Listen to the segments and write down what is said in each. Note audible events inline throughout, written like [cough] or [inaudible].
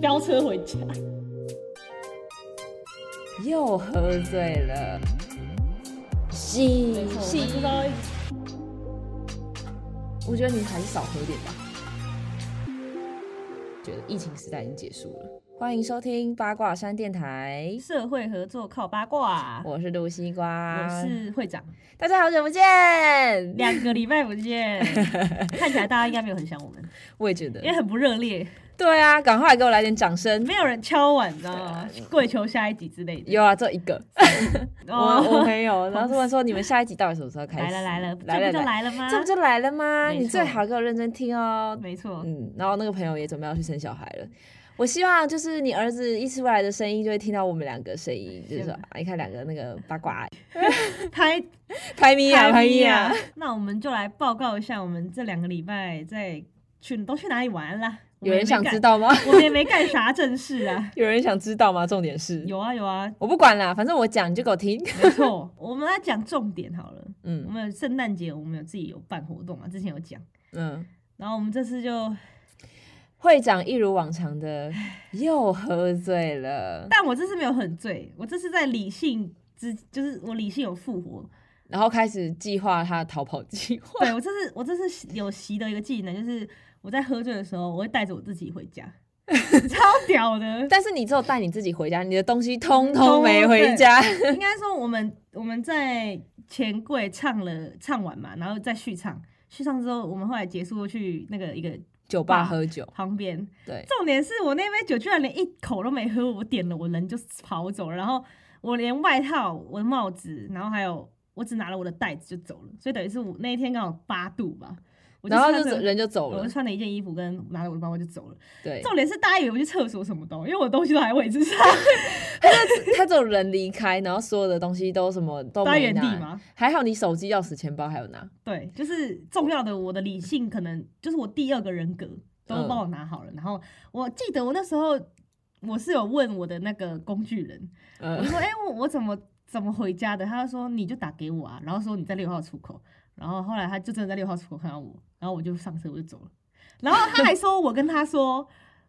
飙车回家。又喝醉了，洗没错，洗我。不知道我觉得你还是少喝点吧。觉得疫情时代已经结束了，欢迎收听八卦山电台，社会合作靠八卦。我是露西瓜，我是会长，大家好久不见。两个礼拜不见，看起来大家应该没有很想我们，我也觉得因为，很不热烈，对啊，赶快给我来点掌声。没有人敲碗，你知道吗？跪求下一集之类的。有啊，这一个，哦我我没 [laughs] 有。然后他们说你们下一集到底什么时候开来始？了来了，来这了不就来，来了吗？这不就来了吗？没你最错好给我认真听哦。没错，嗯，然后那个朋友也准备要去生小孩了。我希望就是你儿子一出来的声音，就会听到我们两个声音，就是说是吗啊你看两个那个八卦，拍拍咪呀拍咪咪呀啊。！那我们就来报告一下，我们这两个礼拜在去都去哪里玩啦？有人想知道，道吗？我们也没干啥正事啊。 [laughs] 有人想知道吗？重点是，有啊有啊，我不管啦，反正我讲你就给我听。没错，我们来讲重点好了。我 [laughs] 嗯们有圣诞节，我们有自己有办活动嘛，之前有讲。嗯，然后我们这次就，会长一如往常的又喝醉了，但我这次没有很醉，我这次在理性之，就是我理性有复活。然后开始计划他的逃跑计划。 [laughs] 对我这次我这次有习得一个技能，就是我在喝醉的时候，我会带着我自己回家，超屌的。但是你只有带你自己回家，你的东西通通没回家。应该说我们我们在钱柜唱了唱完嘛，然后再续唱，续唱之后，我们后来结束去那个一个酒吧喝酒，旁边。对，重点是我那杯酒居然连一口都没喝，我点了，我人就跑走了，然后我连外套、我的帽子，然后还有我只拿了我的袋子就走了，所以等于是我那一天刚好八度吧，我然后穿就着走人就走我了就。穿了一件衣服跟拿了我的包包就走了。对，重点是大家以为我去厕所什么的，因为我的东西都还位置 [laughs] 上， [laughs] 他 [laughs] 这种人离开，然后所有的东西都什么都都在没原地拿，嘛。还好你手机、钥匙、钱包还有拿。对，就是重要的，我的理性可能就是我第二个人格嗯都帮我拿好了。然后我记得我那时候我是有问我的那个工具人，我 [laughs] 嗯，说：“哎、我我怎么怎么回家的？”他就说：“你就打给我啊。”然后说你在六号出口。然后后来他就真的在六号出口看到我，然后我就上车我就走了。然后他还说 [laughs] 我跟他说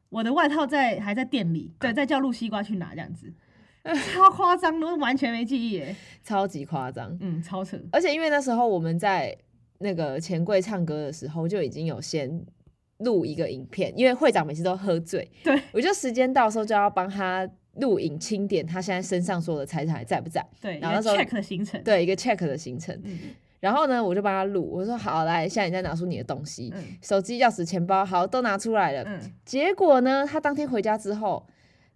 我的外套在还在店里，对，在叫露西瓜去拿这样子，超夸张的，我完全没记忆耶。超级夸张。嗯，超扯。而且因为那时候我们在那个钱柜唱歌的时候，就已经有先录一个影片，因为会长每次都喝醉，对我就时间到的时候就要帮他录影清点他现在身上所有的财产还在不在，对，然有后那时候 check 的行程。对一个 check 的行程。嗯然后呢，我就帮他录，我说好，来，现在你再拿出你的东西，嗯手机、钥匙、钱包，好，都拿出来了。嗯，结果呢，他当天回家之后，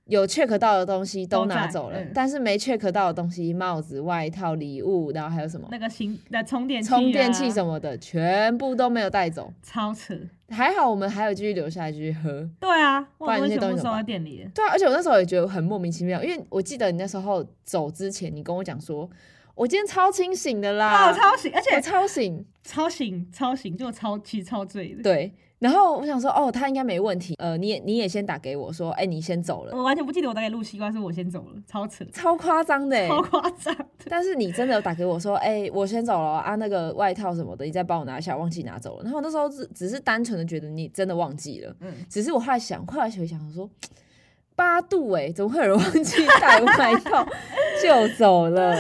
有 check 到的东西都都在拿走了，嗯但是没 check 到的东西，帽子、外套、礼物，然后还有什么那个行那充电器、啊、充电器什么的，全部都没有带走。超扯。还好我们还有继续留下来继续喝。对啊，不我然们那全些东西部怎么收在办店里了。对啊，而且我那时候也觉得很莫名其妙，因为我记得你那时候走之前，你跟我讲说，我今天超清醒的啦，哦，超醒，而我且超醒，超醒，超醒，就超其实超醉的。对。然后我想说，哦，他应该没问题。呃，你也你也先打给我说，哎、你先走了，我完全不记得我打给露西瓜，是我先走了，超扯，超夸张的、欸，超夸张 [laughs] 的。但是你真的有打给我说，哎、我先走了哦啊，那个外套什么的，你再帮我拿一下，忘记拿走了。然后我那时候只只是单纯的觉得你真的忘记了，嗯，只是我后来想，后来回想说，八度哎、怎么会有人忘记带外 [laughs] 套就走了？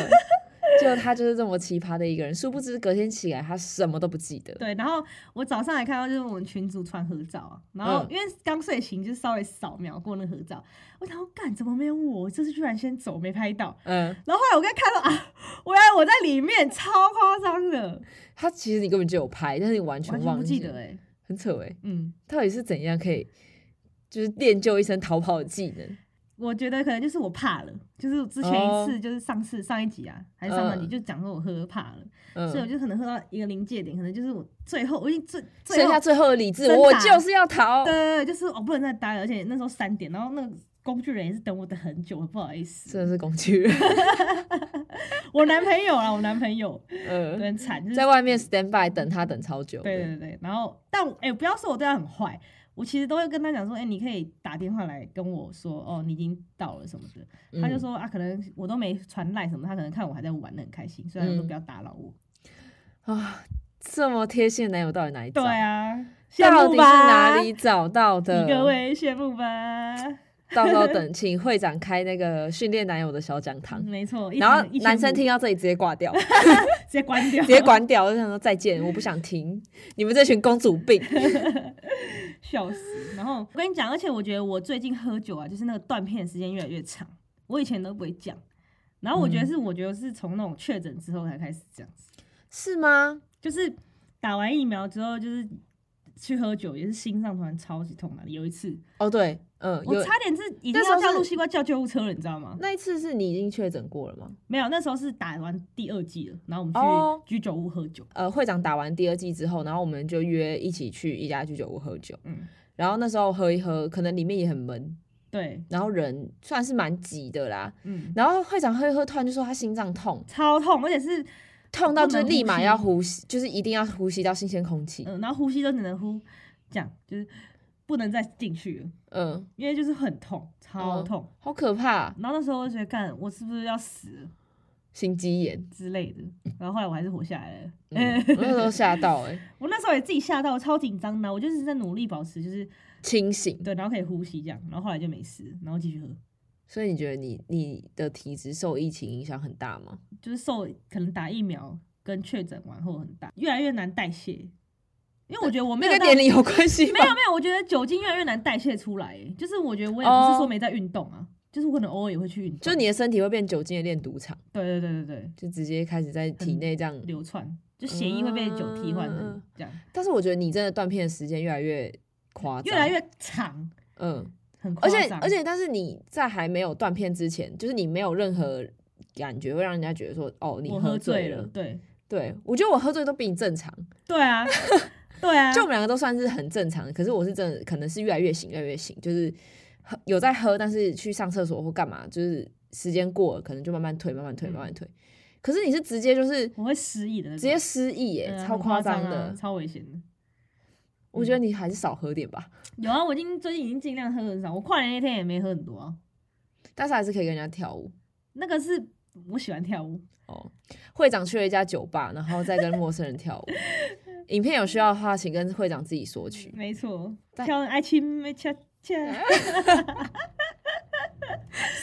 就他就是这么奇葩的一个人，殊不知隔天起来他什么都不记得。对。然后我早上还看到就是我们群主传合照啊，然后嗯因为刚睡醒，就稍微扫描过那个合照，我想说干怎么没有我？这次居然先走没拍到。嗯，然后后来我刚看到啊，原来我在里面，超夸张的，他其实你根本就有拍，但是你完全完全忘不记记得哎、欸。很扯哎、嗯，到底是怎样可以就是练就一身逃跑的技能？我觉得可能就是我怕了，就是之前一哦次就是上次上一集啊，还是上上集嗯就讲说我喝怕了。所以我嗯，就可能喝到一个临界点，可能就是我最后我已经最最剩后下最后的理智，挣扎我就是要逃。对对对，就是我不能再待了，而且那时候三点，然后那个工具人也是等我等很久，不好意思，真的是工具 [laughs] 人，我男朋友啊，我男朋 [laughs] 友有嗯，点惨，就是在外面 stand by 等他等超久。对对，对对，然后但哎、不要说我对他很坏，我其实都会跟他讲说，哎、你可以打电话来跟我说，哦，你已经到了什么的，他就嗯说啊，可能我都没传赖什么，他可能看我还在玩的很开心，所以他说嗯不要打扰我。啊，这么贴心的男友到底哪里找？对啊，羡到底慕是吧哪里找到的？你各位羡慕吧。 [laughs] 到时候等请会长开那个训练男友的小讲堂嗯，没错。一然后千一千男生五听到这里直接挂掉， [laughs] 直接关掉，直接关掉，我就想说再见，我不想听，你们这群公 [laughs] 主病。笑死！然后我跟你讲，而且我觉得我最近喝酒啊，就是那个断片的时间越来越长，我以前都不会讲。然后我觉嗯得是，我觉得是从那种确诊之后才开始这样子，是吗？就是打完疫苗之后，就是去喝酒，也是心脏突然超级痛的。有一次，哦，对，嗯，我有差点是已经那时要候是叫路西瓜叫救护车了，你知道吗？那一次是你已经确诊过了吗？没有，那时候是打完第二剂了，然后我们哦去居酒屋喝酒。呃，会长打完第二季之后，然后我们就约一起去一家居酒屋喝酒，嗯，然后那时候喝一喝，可能里面也很闷，对，然后人算是蛮急的啦。嗯，然后会长喝一喝，突然就说他心脏痛，超痛，而且是痛到不就能是立呼马吸要呼吸，就是一定要呼吸到新鲜空气。嗯、然后呼吸都只能呼这样，就是不能再进去了。嗯、因为就是很痛，超嗯痛。好可怕、然后那时候我就觉得，干，我是不是要死了心肌炎。之类的？然后后来我还是活下来了。嗯，我那时候吓到哎、 [laughs] 我那时候也自己吓到，超紧张的。我就是在努力保持，就是清醒。对，然后可以呼吸这样。然后后来就没事，然后继续喝，所以你觉得你你的体质受疫情影响很大吗？就是受可能打疫苗跟确诊完后很大，越来越难代谢。因为我觉得我没那有跟到年龄有关系没吗？有没有，我觉得酒精越来越难代谢出来。欸就是我觉得我也不是说哦没在运动啊就是我可能偶尔也会去运动。就你的身体会变酒精的练赌场，对对对对对，就直接开始在体内这样。流窜就血液会被酒替换嗯嗯成嗯这样。但是我觉得你真的断片的时间越来越夸张，越来越长，嗯，很夸而且张。而且，但是你在还没有断片之前，就是你没有任何感觉会让人家觉得说哦你我喝喝醉了，对对，我觉得我喝醉都比你正常，对 [laughs] 啊，对啊，就我们两个都算是很正常的，可是我是真的可能是越来越醒，越来越醒，就是喝有在喝，但是去上厕所或干嘛，就是时间过了，可能就慢慢退，慢慢退，嗯慢慢退。可是你是直接就是直我会失忆的那种，接失忆耶、嗯啊超很夸夸张啊的。超危险的。我觉得你还是少喝点吧，有啊，我已经最近已经尽量喝很少，我跨年那天也没喝很多啊。但是还是可以跟人家跳舞。那个是我喜欢跳舞，哦，会长去了一家酒吧，然后再跟陌生人跳 [laughs] 舞。影片有需要的话，请跟会长自己 [laughs] 索取。没错，但跳爱情没恰 [laughs] 恰。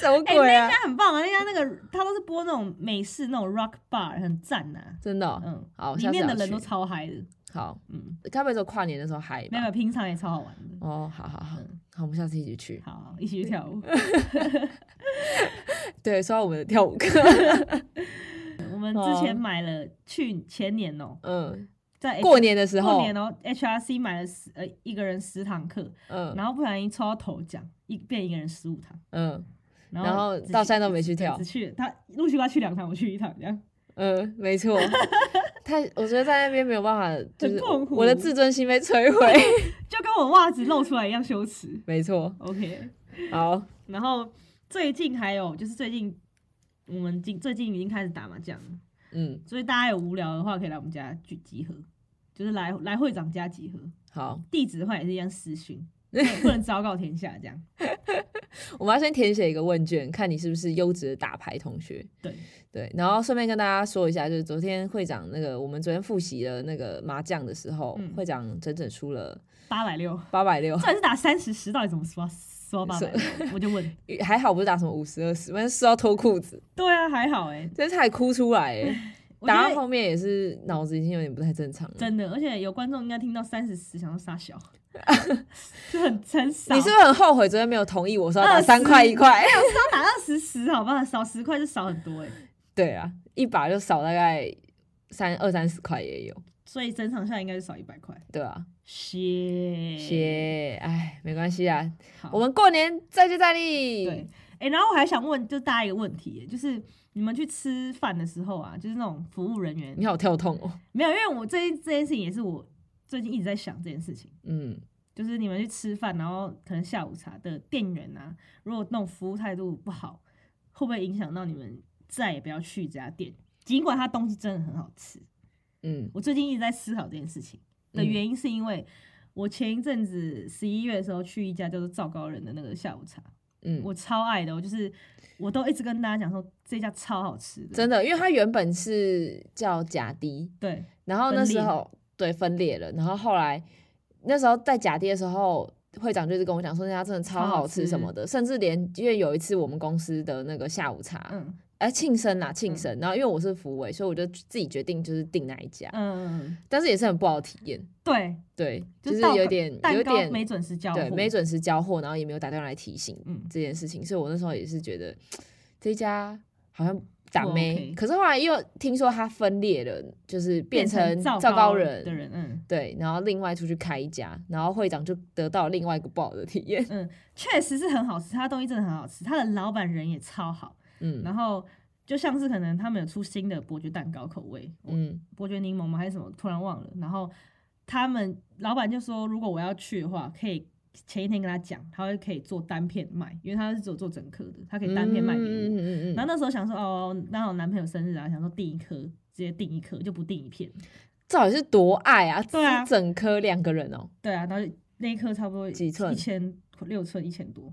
什么哎，鬼那啊？家很棒啊，那家那个他都是播那种美式那种 rock bar，很赞呐。真的哦、嗯，好，里下次面要的人去啊都超嗨的，好。嗯，该不会只有跨年的时候嗨吧？没有，平常也超好玩的。哦，好好好嗯，好，我们下次一 [laughs] 起去。好，一起去跳 [laughs] 舞。对，说到我们的跳舞课，我们之前哦买了，去前年哦、 [laughs] 嗯，在 H- 过年的时哎过候，年哦、h r c 买了十呃一个人十堂课，嗯然后不小心抽到头奖，一变一个人十五堂，嗯然然后只去到现在都没去跳只去他陆续他去两堂，我去一堂这样。嗯，没 [laughs] 错。太，我觉得在那边没有办法，就是很痛苦我的自尊心被摧毁。 [laughs] 就跟我袜子露出来一样羞耻。没错， OK，好，然后最近还有就是最近我们近最近已经开始打麻将了，嗯，所以大家有无聊的话可以来我们家聚集合，就是来来会长家集合，好，地址的话也是一样私讯，不能不能昭告天下这样。我们要先填写一个问卷，看你是不是优质的打牌同学。对，对，然后顺便跟大家说一下，就是昨天会长那个，我们昨天复习了那个麻将的时候，嗯会长整整输了八百六。八百六， [laughs] 这是打三十十，到底怎么说啊？说八百，我就问。还好不是打什么五十二十，反正输到脱裤子。对啊，还好哎、真是差点哭出来哎！ [laughs] 我觉打到得后面也是脑子已经有点不太正常了。真的，而且有观众应该听到三十十，想要杀 [laughs] 小，就很很少。你是不是很后悔昨天没有同意我说要打20三块一块？ [laughs] 要打二十十，好不好？少十块就少很多哎、对啊，一把就少大概三二三十块也有。所以整场下来应该就少一百块。对啊，谢谢哎，没关系啊，嗯好，我们过年再接再厉。对，哎、然后我还想问，就大家一个问题欸、就是你们去吃饭的时候啊，就是那种服务人员你好跳痛哦。没有？因为我最近这件事情也是我最近一直在想这件事情。嗯，就是你们去吃饭，然后可能下午茶的店员啊，如果那种服务态度不好，会不会影响到你们再也不要去这家店？尽管它东西真的很好吃，嗯我最近一直在思考这件事情的嗯原因，是因为我前一阵子十一月的时候去一家叫做赵高人的那个下午茶，嗯，我超爱的哦，我就是我都一直跟大家讲说这家超好吃的，真的的，因为它原本是叫甲低，对，然后那分裂时候对分裂了，然后后来那时候在甲低的时候，会长就是跟我讲说那家真的超超好好吃什么的，甚至连因为有一次我们公司的那个下午茶，嗯哎庆生啦庆生，然后因为我是服委，所以我就自己决定就是订那一家，嗯，嗯但是也是很不好体验，对，对，就就是到有点有蛋糕点没准时交对货没，准时交货，然后也没有打电话来提醒嗯，这件事情，所以我那时候也是觉得这一家好像打不妹， OK 可是后来又听说它分裂了，就是变成糟糟糕人人的人，嗯对，然后另外出去开一家，然后会长就得到另外一个不好的体验，嗯，确实是很好吃，他的东西真的很好吃，他的老板人也超好，嗯然后。就像是可能他们有出新的伯爵蛋糕口味，嗯伯爵柠檬吗还是什么，突然忘了。然后他们老板就说，如果我要去的话，可以前一天跟他讲，他会可以做单片卖，因为他是只有做整颗的，他可以单片卖给我。嗯嗯嗯然嗯，后那时候想说，哦，刚好男朋友生日啊，想说订一颗，直接订一颗就不订一片。这底是多爱啊，对啊是整颗两个人哦、对啊，然后就那一颗差不多几寸一千六寸，一千多。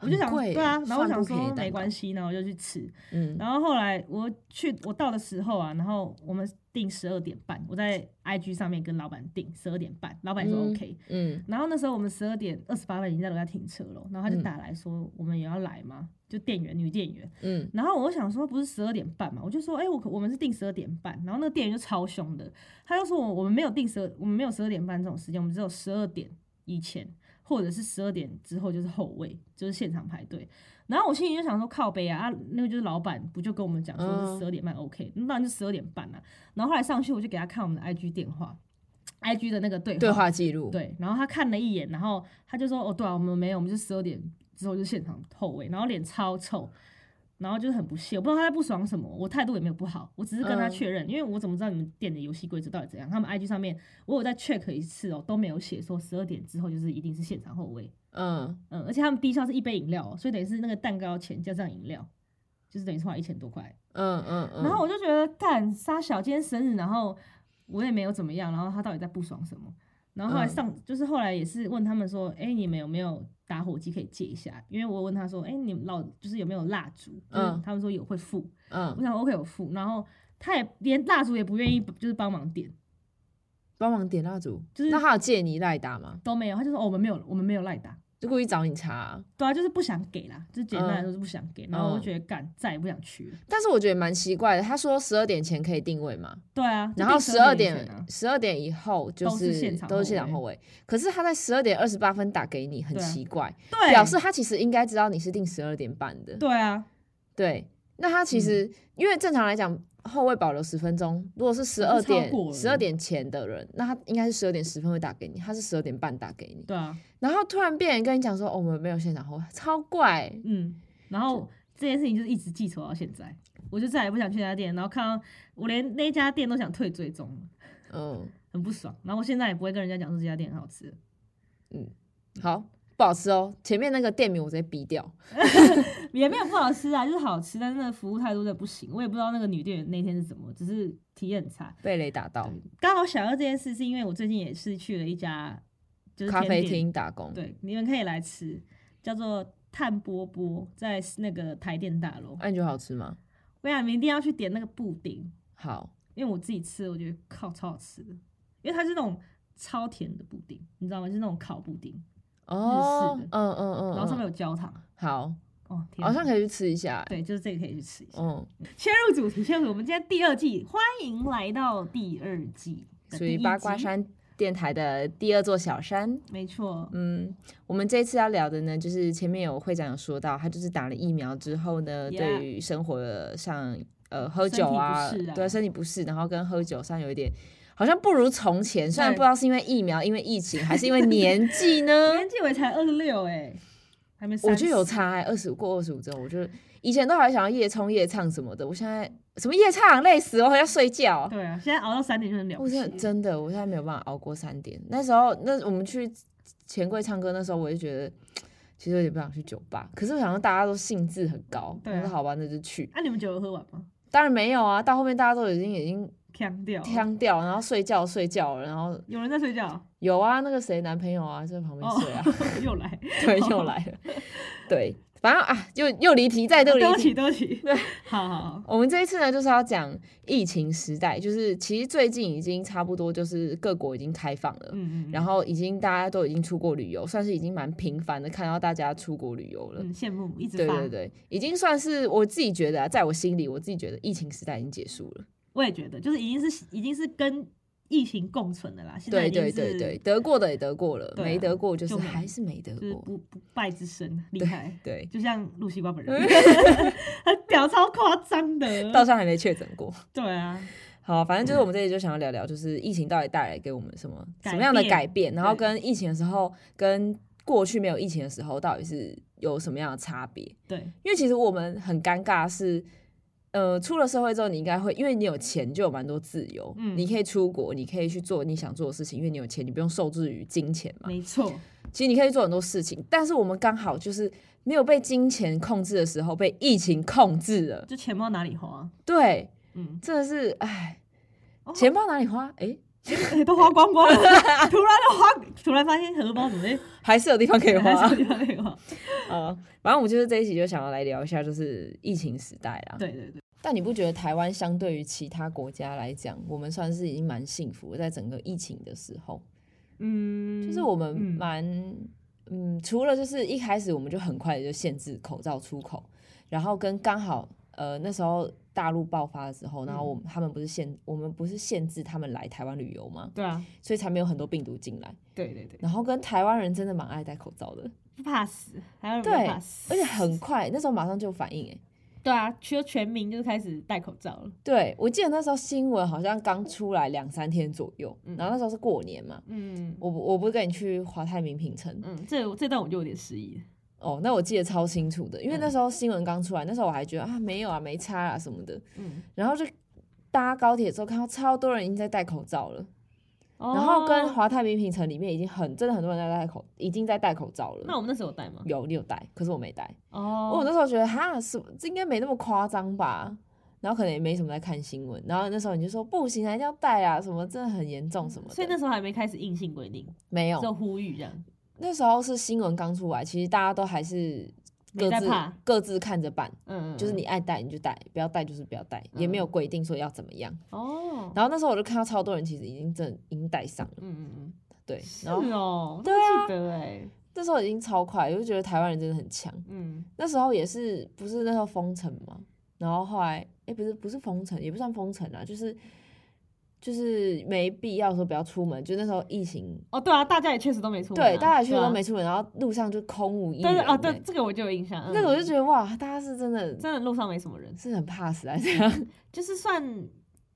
我很就想，贵对啊，然后我算想不便宜说蛋没糕关系，然后我就去吃。嗯然后后来我去我到的时候啊，然后我们定十二点半，我在 IG 上面跟老板定十二点半，老板说嗯 OK、嗯，然后那时候我们十二点二十八分已经在楼下停车了，然后他就嗯打来说我们也要来吗？就店员女店员。嗯，然后我想说不是十二点半嘛，我就说哎、我可我们是定十二点半，然后那个店员就超凶的，他就说我我们没有定十二，我们没有十二点半这种时间，我们只有十二点以前或者是十二点之后就是后位，就是现场排队。然后我心里就想说靠背啊，啊那个就是老板不就跟我们讲说嗯是十二点半 OK，、那当然就十二点半啦、然后后来上去我就给他看我们的 IG 电话，IG 的那个对话对话记录，对，然后他看了一眼，然后他就说：“哦，对啊，我们没有，我们就十二点之后就现场后位，然后脸超臭，然后就是很不屑，我不知道他在不爽什么，我态度也没有不好，我只是跟他嗯确认，因为我怎么知道你们店的游戏规则到底怎样？他们 IG 上面我有再 check 一次哦，都没有写说十二点之后就是一定是现场后位，嗯，嗯，而且他们低消是一杯饮料、哦，所以等于是那个蛋糕钱加上饮料，就是等于是花一千多块。嗯嗯嗯，然后我就觉得，干沙小今天生日，然后我也没有怎么样，然后他到底在不爽什么？然后后来嗯上、就是后来也是问他们说，哎、你们有没有打火机可以借一下？因为我问他说，哎、你们老就是有没有蜡烛？就是嗯他们说有会付，我嗯，想 OK 有付，然后他也连蜡烛也不愿意就是帮忙点帮忙点蜡烛，就是那他有借你赖打吗？都没有，他就说、哦、我们没有我们没有赖打，就故意找你茬啊、对啊，就是不想给啦，就是简单来嗯说是不想给，然后我嗯就觉得干再也不想去了，但是我觉得蛮奇怪的，他说十二点前可以定位嘛，对啊，就然后定十二12以前啊点十二点以后就都是现场都是现后场卫后卫，可是他在十二点二十八分打给你，很对啊奇怪，对表示他其实应该知道你是定十二点半的，对嗯啊，对，那他其实、因为正常来讲后卫保留十分钟，如果是十二超点过了十二点前的人，那他应该是十二点十分会打给你，他是十二点半打给你，对啊，然后突然变人跟你讲说、哦、我们没有现场后卫，超怪，嗯，然后这件事情就是一直记仇到现在，我就再也不想去那家店，然后看到我连那家店都想退追踪了，嗯很不爽。然后我现在也不会跟人家讲说这家店很好吃，好不好吃哦，前面那个店名我直接逼掉，也没有不好吃啊，就是好吃，但是那个服务态度真的不行。我也不知道那个女店员那天是怎么，只是体验很差。被雷打到。刚好想到这件事，是因为我最近也是去了一家就是咖甜啡点，厅打工，对，你们可以来吃，叫做炭波波，在那个台电大楼。啊那、你觉得好吃吗？我想你们一定要去点那个布丁，好，因为我自己吃，我觉得靠超好吃的，因为它是那种超甜的布丁，你知道吗？就是那种烤布丁，哦日式的，嗯嗯嗯，然后上面嗯有焦糖，好，哦，天哪好像可以去吃一下、对，就是这个可以去吃一下。嗯，切入主题，切入主题我们今天第二季，欢迎来到第二季的属第一于集八卦，山电台的第二座小山。没错，嗯，我们这次要聊的呢，就是前面有会长有说到，他就是打了疫苗之后呢 Yeah 对于生活的上呃喝酒啊，身体不适啊对身体不适，然后跟喝酒上有一点。好像不如从前，虽然对不知道是因为疫苗、因为疫情，还是因为年纪呢？ [laughs] 年纪我也才二十六哎，还没30，我觉得有差、欸，二十过二十五之后，我就以前都还想要夜冲夜唱什么的，我现在什么夜唱累死我，还要睡觉。对啊，现在熬到三点就很了不我起真的真的，我现在没有办法熬过三点。那时候，那我们去钱柜唱歌，那时候我就觉得，其实有点不想去酒吧。可是我想说，大家都兴致很高，对啊我说好吧，那就去。啊，你们酒有喝完吗？当然没有啊，到后面大家都已经已经呛掉了，腔掉，然后睡觉睡觉了，然后有人在睡觉， [laughs] 有啊，那个谁男朋友啊，就在旁边 [laughs] 哦睡啊，又来， [laughs] 对，又来了，对。反正啊，又又离题，再度对离不题起，。对不起对，好好好，我们这一次呢，就是要讲疫情时代，就是其实最近已经差不多，就是各国已经开放了，嗯嗯，然后已经大家都已经出国旅游，算是已经蛮频繁的看到大家出国旅游了。嗯羡慕，一直对发，对对，已经算是我自己觉得、啊，在我心里，我自己觉得疫情时代已经结束了。我也觉得，就是已经是已经是跟疫情共存的啦，现在对已经对是对对，得过的也得过了，对啊没得过就是就没还是没得就是过。不不败之身，厉害。对，就像露西瓜本 [laughs] 人，他屌超夸张的。到上还没确诊过。对啊，好，反正就是我们这里就想要聊聊，就是疫情到底带来给我们什么改什么样的变改变，然后对跟疫情的时候跟过去没有疫情的时候到底是有什么样的差别？对因为其实我们很尴尬是，呃，出了社会之后，你应该会，因为你有钱就有蛮多自由，嗯你可以出国，你可以去做你想做的事情，因为你有钱，你不用受制于金钱嘛。没错，其实你可以做很多事情，但是我们刚好就是没有被金钱控制的时候，被疫情控制了。就钱包哪里花，啊对， [laughs] 嗯，真的是，哎哦，钱包哪里花？哎、哎都花光光了，突然的花，突然发现荷包怎么哎 [laughs] 还是有地方可以花这个地方花啊。反正我们就是这一集就想要来聊一下，就是疫情时代啦。对对对，但你不觉得台湾相对于其他国家来讲，我们算是已经蛮幸福的，在整个疫情的时候，嗯，就是我们嗯蛮嗯除了就是一开始我们就很快地就限制口罩出口，然后跟刚好呃那时候大陆爆发的时候，然后我们他们不是限我们不是限制他们来台湾旅游吗？对啊，所以才没有很多病毒进来。对对对，然后跟台湾人真的蛮爱戴口罩的，不怕死，还有人对不怕死，而且很快那时候马上就有反应哎、欸对啊，全全民就是开始戴口罩了，对，我记得那时候新闻好像刚出来两三天左右，嗯然后那时候是过年嘛，嗯我不我不是跟你去华泰名品城嗯，这这段我就有点失忆了，哦，那我记得超清楚的，因为嗯那时候新闻刚出来，那时候我还觉得啊没有啊没差啊什么的，嗯，然后就搭高铁之后看到超多人已经在戴口罩了，然 [laughs] 然后哦跟华泰名品城里面已经很真的很多人在戴口已经在戴口罩了。那我们那时候有戴吗？有，你有戴，可是我没戴。我哦，那时候觉得哈，是这应该没那么夸张吧？然后可能也没什么在看新闻，然后那时候你就说不行啊，一定要戴啊，什么真的很严重什么的。嗯所以那时候还没开始硬性规定，没有只，有呼吁这样。那时候是新闻刚出来，其实大家都还是各没在自怕各自看着办，嗯，就是你爱戴你就戴，不要戴就是不要戴，也没有规定说要怎么样。哦，然后那时候我就看到超多人其实已经真的已经戴上了，嗯嗯嗯，对，是然后哦，对对啊记得哎，那时候已经超快，我就觉得台湾人真的很强。嗯，那时候也是不是那时候封城嘛，然后后来哎、诶不是不是封城，也不算封城啊，就是就是没必要说不要出门，就那时候疫情。哦，对啊，大家也确实都没出门啊，对，大家去都啊没。出门，然后路上就空无一人、但是欸。啊，对这个我就有印象，嗯那个我就觉得哇，大家是真的真的路上没什么人，是很怕死还是怎样？就是算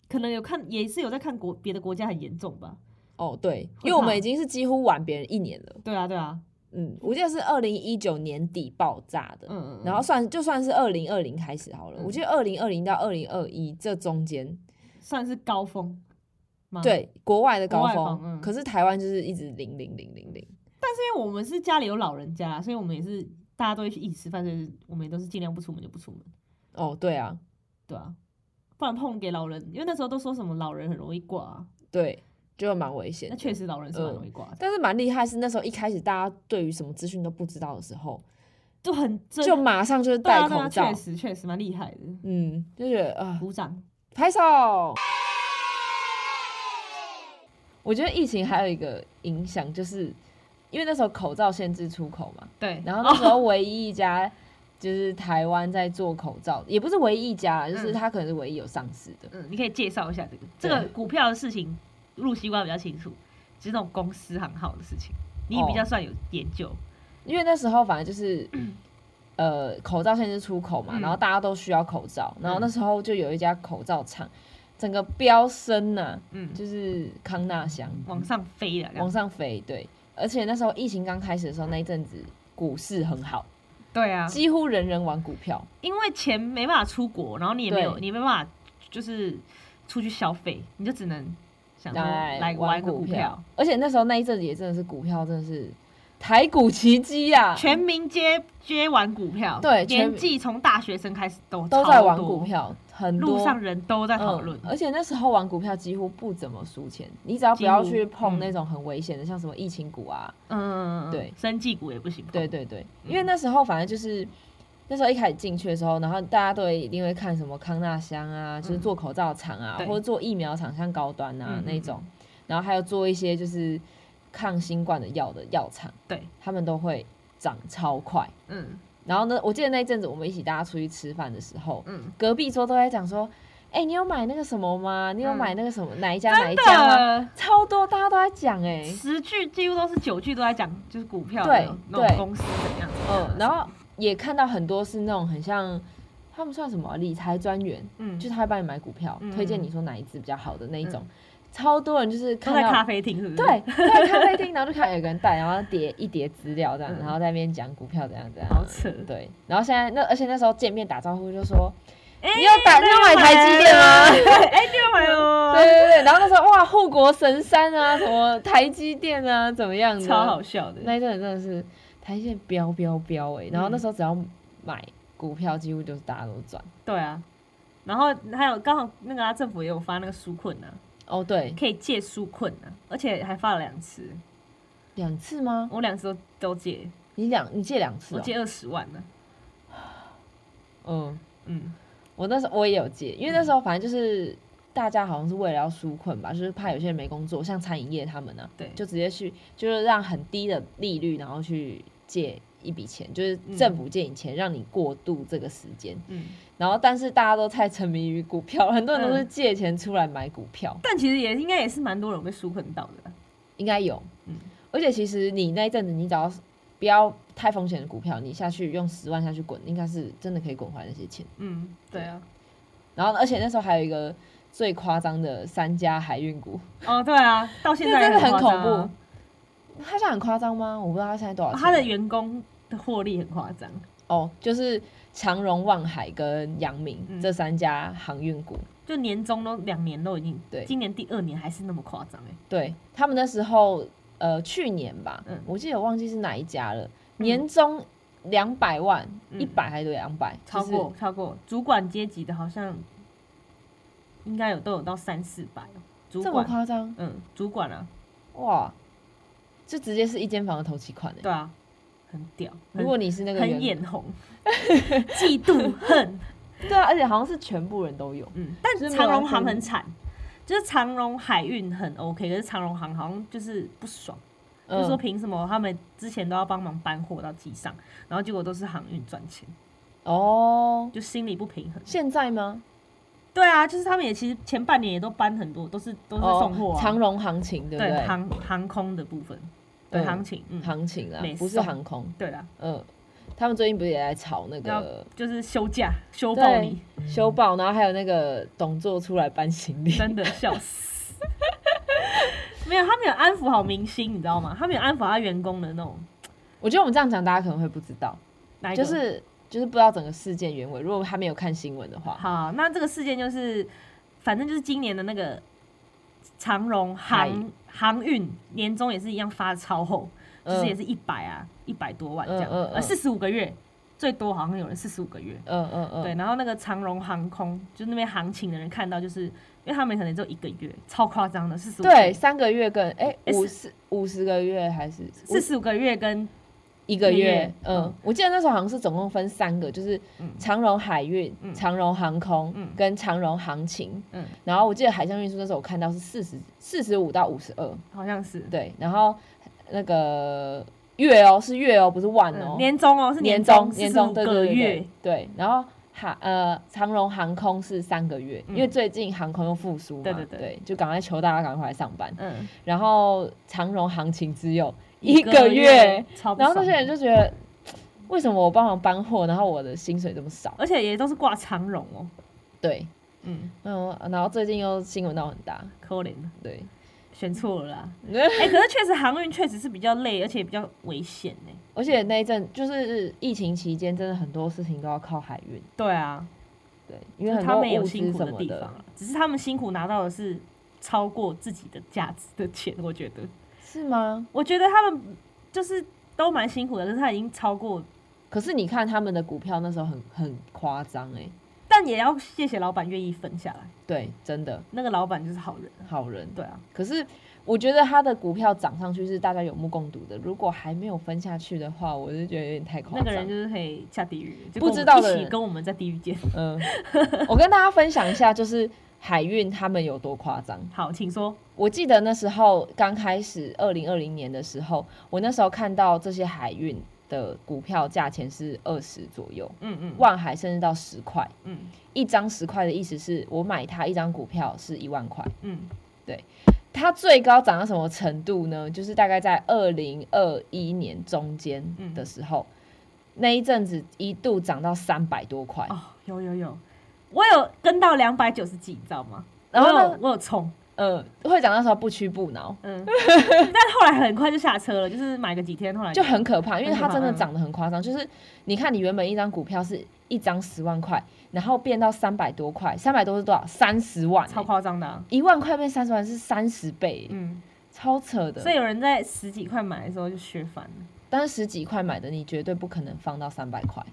可能有看，也是有在看国别的国家很严重吧。哦，对，会因为我怕们已经是几乎晚别人一年了。对啊，对啊，嗯，我记得是二零一九年底爆炸的，嗯嗯，然后算就算是二零二零开始好了，嗯我记得二零二零到二零二一这中间，算是高峰吗？，对国外的高嗯国外峰，的嗯可是台湾就是一直零零零零零。因为我们是家里有老人家，所以我们也是大家都会去意识，反正我们也都是尽量不出门就不出门，哦，对啊，对啊，不然碰给老人，因为那时候都说什么老人很容易挂啊，对，就蛮危险那的。确实老人是蛮容易挂的。但是蛮厉害，是那时候一开始大家对于什么资讯都不知道的时候，就很真就马上就是对啊戴对啊口罩确，实确实蛮厉害的。嗯，就觉得啊，鼓掌，拍手。我觉得疫情还有一个影响，就是因为那时候口罩限制出口嘛， [laughs] 对然后那时候唯一一家就是台湾在做口罩，也不是唯一一家啦，就是嗯它可能是唯一有上市的。嗯，你可以介绍一下这个这对个股票的事情，陆西瓜比较清楚，就是那种公司行号的事情，你哦比较算有研究。因为那时候反正 [clears throat] 就是，呃，口罩限制出口嘛，嗯然后大家都需要口罩，然后嗯那时候就有一家口罩厂，整个飙升呐、嗯，就是康纳祥往上飞了，往上飞，对，而且那时候疫情刚开始的时候那一阵子股市很好，对啊，几乎人人玩股票，因为钱没办法出国，然后你也没有，对你没办法就是出去消费，你就只能想说来来玩个股票票，，而且那时候那一阵子也真的是股票真的是台股奇迹啊，全民皆皆玩股票，对全年纪从大学生开始都都在超玩多股，票，很多路上人都在讨论嗯，，而且那时候玩股票几乎不怎么输钱，你只要不要几乎去碰嗯那种很危险的，像什么疫情股啊，嗯，对生技股也不行碰，对对对，嗯因为那时候反正就是那时候一开始进去的时候，然后大家都一定会看什么康纳香啊，就是做口罩厂啊，嗯对或者做疫苗厂，像高端啊嗯嗯那种，然后还有做一些就是抗新冠的药的药厂，对，他们都会涨超快。嗯然后呢，我记得那一阵子我们一起大家出去吃饭的时候，嗯，隔壁桌都在讲说，哎、你有买那个什么吗？你有嗯买那个什么、哪一家哪一真家吗？的，超多，大家都在讲哎、十句几乎都是九句都在讲就是股票对的那种对公司怎样，嗯，然后也看到很多是那种很像他们算什么啊理财专员，嗯，就是是他会帮你买股票，嗯推荐你说哪一只比较好的那一种，超多人就是都看在咖到。啡厅是不是？对，在咖啡厅，然后就看到有个人带，然后叠一叠资料这样，嗯然后在那边讲股票怎样怎样。好扯对，然后现在那而且那时候见面打招呼就说，哎你有打你有买台积电吗？哎，你有买 [laughs] 哦对，对对，然后那时候哇护国神山啊，什么台积电啊，怎么样的？超好笑的。那一阵子真的是台积电飙飙飙哎，嗯然后那时候只要买股票，几乎就是大家都赚。对啊，然后还有刚好那个、啊、政府也有发那个纾困啊，哦，对，可以借纾困啊，而且还发了两次，两次吗？我两次都都借，你两你借两次、我哦？借二十万呢、嗯，嗯，我那时候我也有借，因为那时候反正就是大家好像是为了要纾困吧，就是怕有些人没工作，像餐饮业他们呢、啊对就直接去就是让很低的利率，然后去借一笔钱，就是政府借你钱，让你过渡这个时间。嗯，然后但是大家都太沉迷于股票 [laughs] 了，很多人都是借钱出来买股票。但其实也应该也是蛮多人被纾困到的啦。应该有。嗯而且其实你那一阵子，你只要不要太风险的股票，你下去用十万下去滚，应该是真的可以滚回来那些钱。嗯，对啊，然后，而且那时候还有一个最夸张的三家海运股，哦对啊，到现这在真的很夸恐张啊怖。它现在很夸张吗？我不知道它现在多少哦钱。他的员工的获利很夸张，哦，就是长荣、万海跟阳明、嗯这三家航运股，就年终都两年都已经，对今年第二年还是那么夸张哎，对他们那时候，呃，去年吧，嗯我记得我忘记是哪一家了，嗯年终两百万，嗯一百、还是两百，超就是过超过主管阶级的，好像应该有都有到三四百哦，主这么管夸张嗯，主管啊，哇！这直接是一间房的头期款哎、对啊，很屌，很如果你是那个员很眼红，嫉妒恨，对啊，而且好像是全部人都有，嗯，但 [laughs] 就是没有长荣要航分很惨，就是长荣海运很 OK，可是长荣航好像就是不爽，就说嗯、凭什么他们之前都要帮忙搬货到机上，然后结果都是航运赚钱，哦，就心里不平衡。现在吗？对啊，就是他们也其实前半年也都搬很多，都是都是送货、哦啊，长荣行情对不对对？航航空的部分，对嗯行情，嗯，行情啦没，不是送航空，对啦，嗯，他们最近不是也在炒那个就是休假休爆对你，修报，然后还有那个董座出来搬行李，真的笑死。 [laughs] 没有，他没有安抚好明星，你知道吗？他没有安抚他员工的那种，我觉得我们这样讲大家可能会不知道，哪一个就是就是不知道整个事件原委，如果还没有看新闻的话，好，那这个事件就是，反正就是今年的那个长荣航航运年终也是一样发的超厚，就是也嗯是一百啊，一百多万这样，嗯嗯嗯呃，四十五个月，最多好像有人四十五个月。嗯嗯嗯，对，然后那个长荣航空，就那边行情的人看到，就是因为他们可能只有一个月，超夸张的，四十五对，三个月跟哎诶五十五十个月还是五四十五个月跟一个一个月月，嗯嗯，我记得那时候好像是总共分三个，就是嗯长荣海运嗯、长荣航空嗯跟长荣航情。嗯，然后我记得海上运输那时候我看到是四十四十五到五十二，好像是对，然后那个月哦是月哦，不是万嗯哦，年终哦，是年终终四年十五终对个对对月对，对，然后。航呃，长荣航空是三个月，嗯因为最近航空又复苏嘛，对对对就赶快求大家赶快回来上班。嗯，然后长荣行情只有一个月，，超哦不然后那爽些人就觉得，为什么我帮忙搬货，然后我的薪水这么少？而且也都是挂长荣哦，对，嗯，嗯，然后最近又新闻闹很大，可怜啊对，选错了啦。 [laughs] 哎、可是确实航运确实是比较累，而且比较危险呢、而且那一阵就是疫情期间，真的很多事情都要靠海运，对啊，对，因为就很是他多们也有物辛资苦什的么地方啊，只是他们辛苦拿到的是超过自己的价值的钱，我觉得，是吗？我觉得他们就是都蛮辛苦的，可是他已经超过，可是你看他们的股票那时候很很夸张哎，但也要谢谢老板愿意分下来，对，真的那个老板就是好人啊，好人。对啊，可是我觉得它的股票涨上去是大家有目共睹的，如果还没有分下去的话，我就觉得有点太夸那张。个人就是可以下地狱，就跟不我们知道的一起人跟我们在地狱见。嗯，我跟大家分享一下，就是海运他们有多夸张。好，请说。我记得那时候刚开始，二零二零年的时候，我那时候看到这些海运的股票价钱是二十左右，嗯嗯，万海甚至到十块，嗯一张十块的意思是我买它一张股票是一万块。嗯，它最高涨到什么程度呢？就是大概在二零二一年中间的时候，那一阵子一度涨到三百多块。哦，有有有，我有跟到两百九十几，你知道吗？然后我有呢，我有冲，呃，会长那时候不屈不挠，嗯，但后来很快就下车了，就是买个几天，后来就很可怕，因为很可它怕真的嗯涨得很夸张。就是你看，你原本一张股票是一张十万块，然后变到三百多块，三百多是多少？三十万、欸超夸张的啊、一万块变三十万是三十倍、欸嗯，超扯的。所以有人在十几块买的时候就削翻了，但是十几块买的，你绝对不可能放到三百块，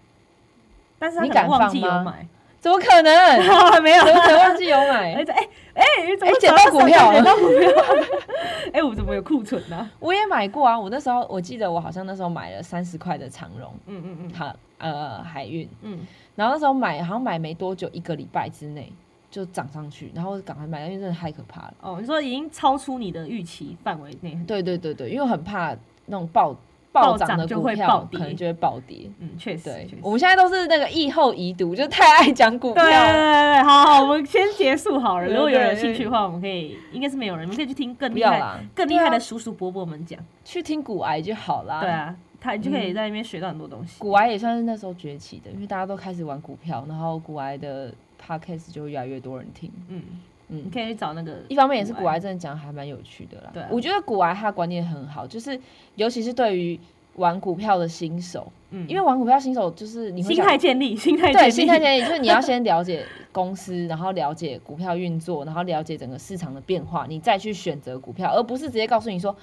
但是他你可敢能忘放记有吗买， [laughs] 怎么可能？ [laughs] 没有啊怎么可能啦。忘记有买？哎，这哎哎，怎么哎捡找到股票 [laughs] 捡到股票？ [laughs] 哎，我怎么有库存呢？我也买过啊，我那时候我记得我好像那时候买了三十块的长荣，嗯嗯哈呃海运，嗯然后那时候买好像买没多久，一个礼拜之内就涨上去，然后我赶快买，因为真的太可怕了。哦，你说已经超出你的预期范围内，对对对对，因为我很怕那种暴暴涨涨的就股会暴票跌可能就会暴跌。嗯，确实，对确实，我们现在都是那个疫后遗毒，就太爱讲股对票对了。对对，好好，我们先结束好了。对如果有人有对对兴趣的话，我们可以，应该是没有人，我们可以去听更不厉要害、啦，更厉害对的啊叔叔伯伯们讲。去听股癌就好啦。对，啊，他你就嗯可以在那边学到很多东西。股癌也算是那时候崛起的，因为大家都开始玩股票，然后股癌的 podcast 就越来越多人听。嗯嗯你可以去找那个，一方面也是古癌癌真的讲得还蛮有趣的啦。对啊我觉得古癌他的观念很好，就是尤其是对于玩股票的新手，嗯因为玩股票新手就是你会心想态建立，心态 [laughs] 建对立，心态建立，就是你要先了解公司，然后了解股票运作，然后了解整个市场的变化，你再去选择股票，而不是直接告诉你说，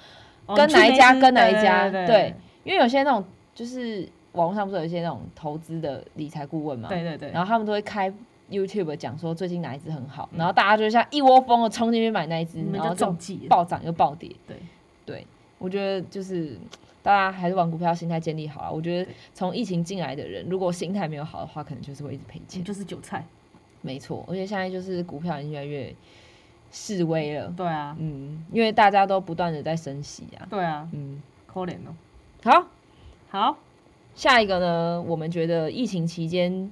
哦跟你去哪一家那跟哪一对家对对因为有些那种就是网络上不是有一些那种投资的理财顾问嘛，对对对然后他们都会开 YouTube 讲说最近哪一只很好，然后大家就像一窝蜂的冲进去买那一只嗯你，们然就后就中计了。暴涨又暴跌。对对，我觉得就是大家还是玩股票心态建立好啊。我觉得从疫情进来的人，如果心态没有好的话，可能就是会一直赔你钱。就是韭菜，没错，而且现在就是股票已经越来越示威了，对啊，嗯，因为大家都不断的在升息啊，对啊，嗯，可怜哦。好，好，下一个呢，我们觉得疫情期间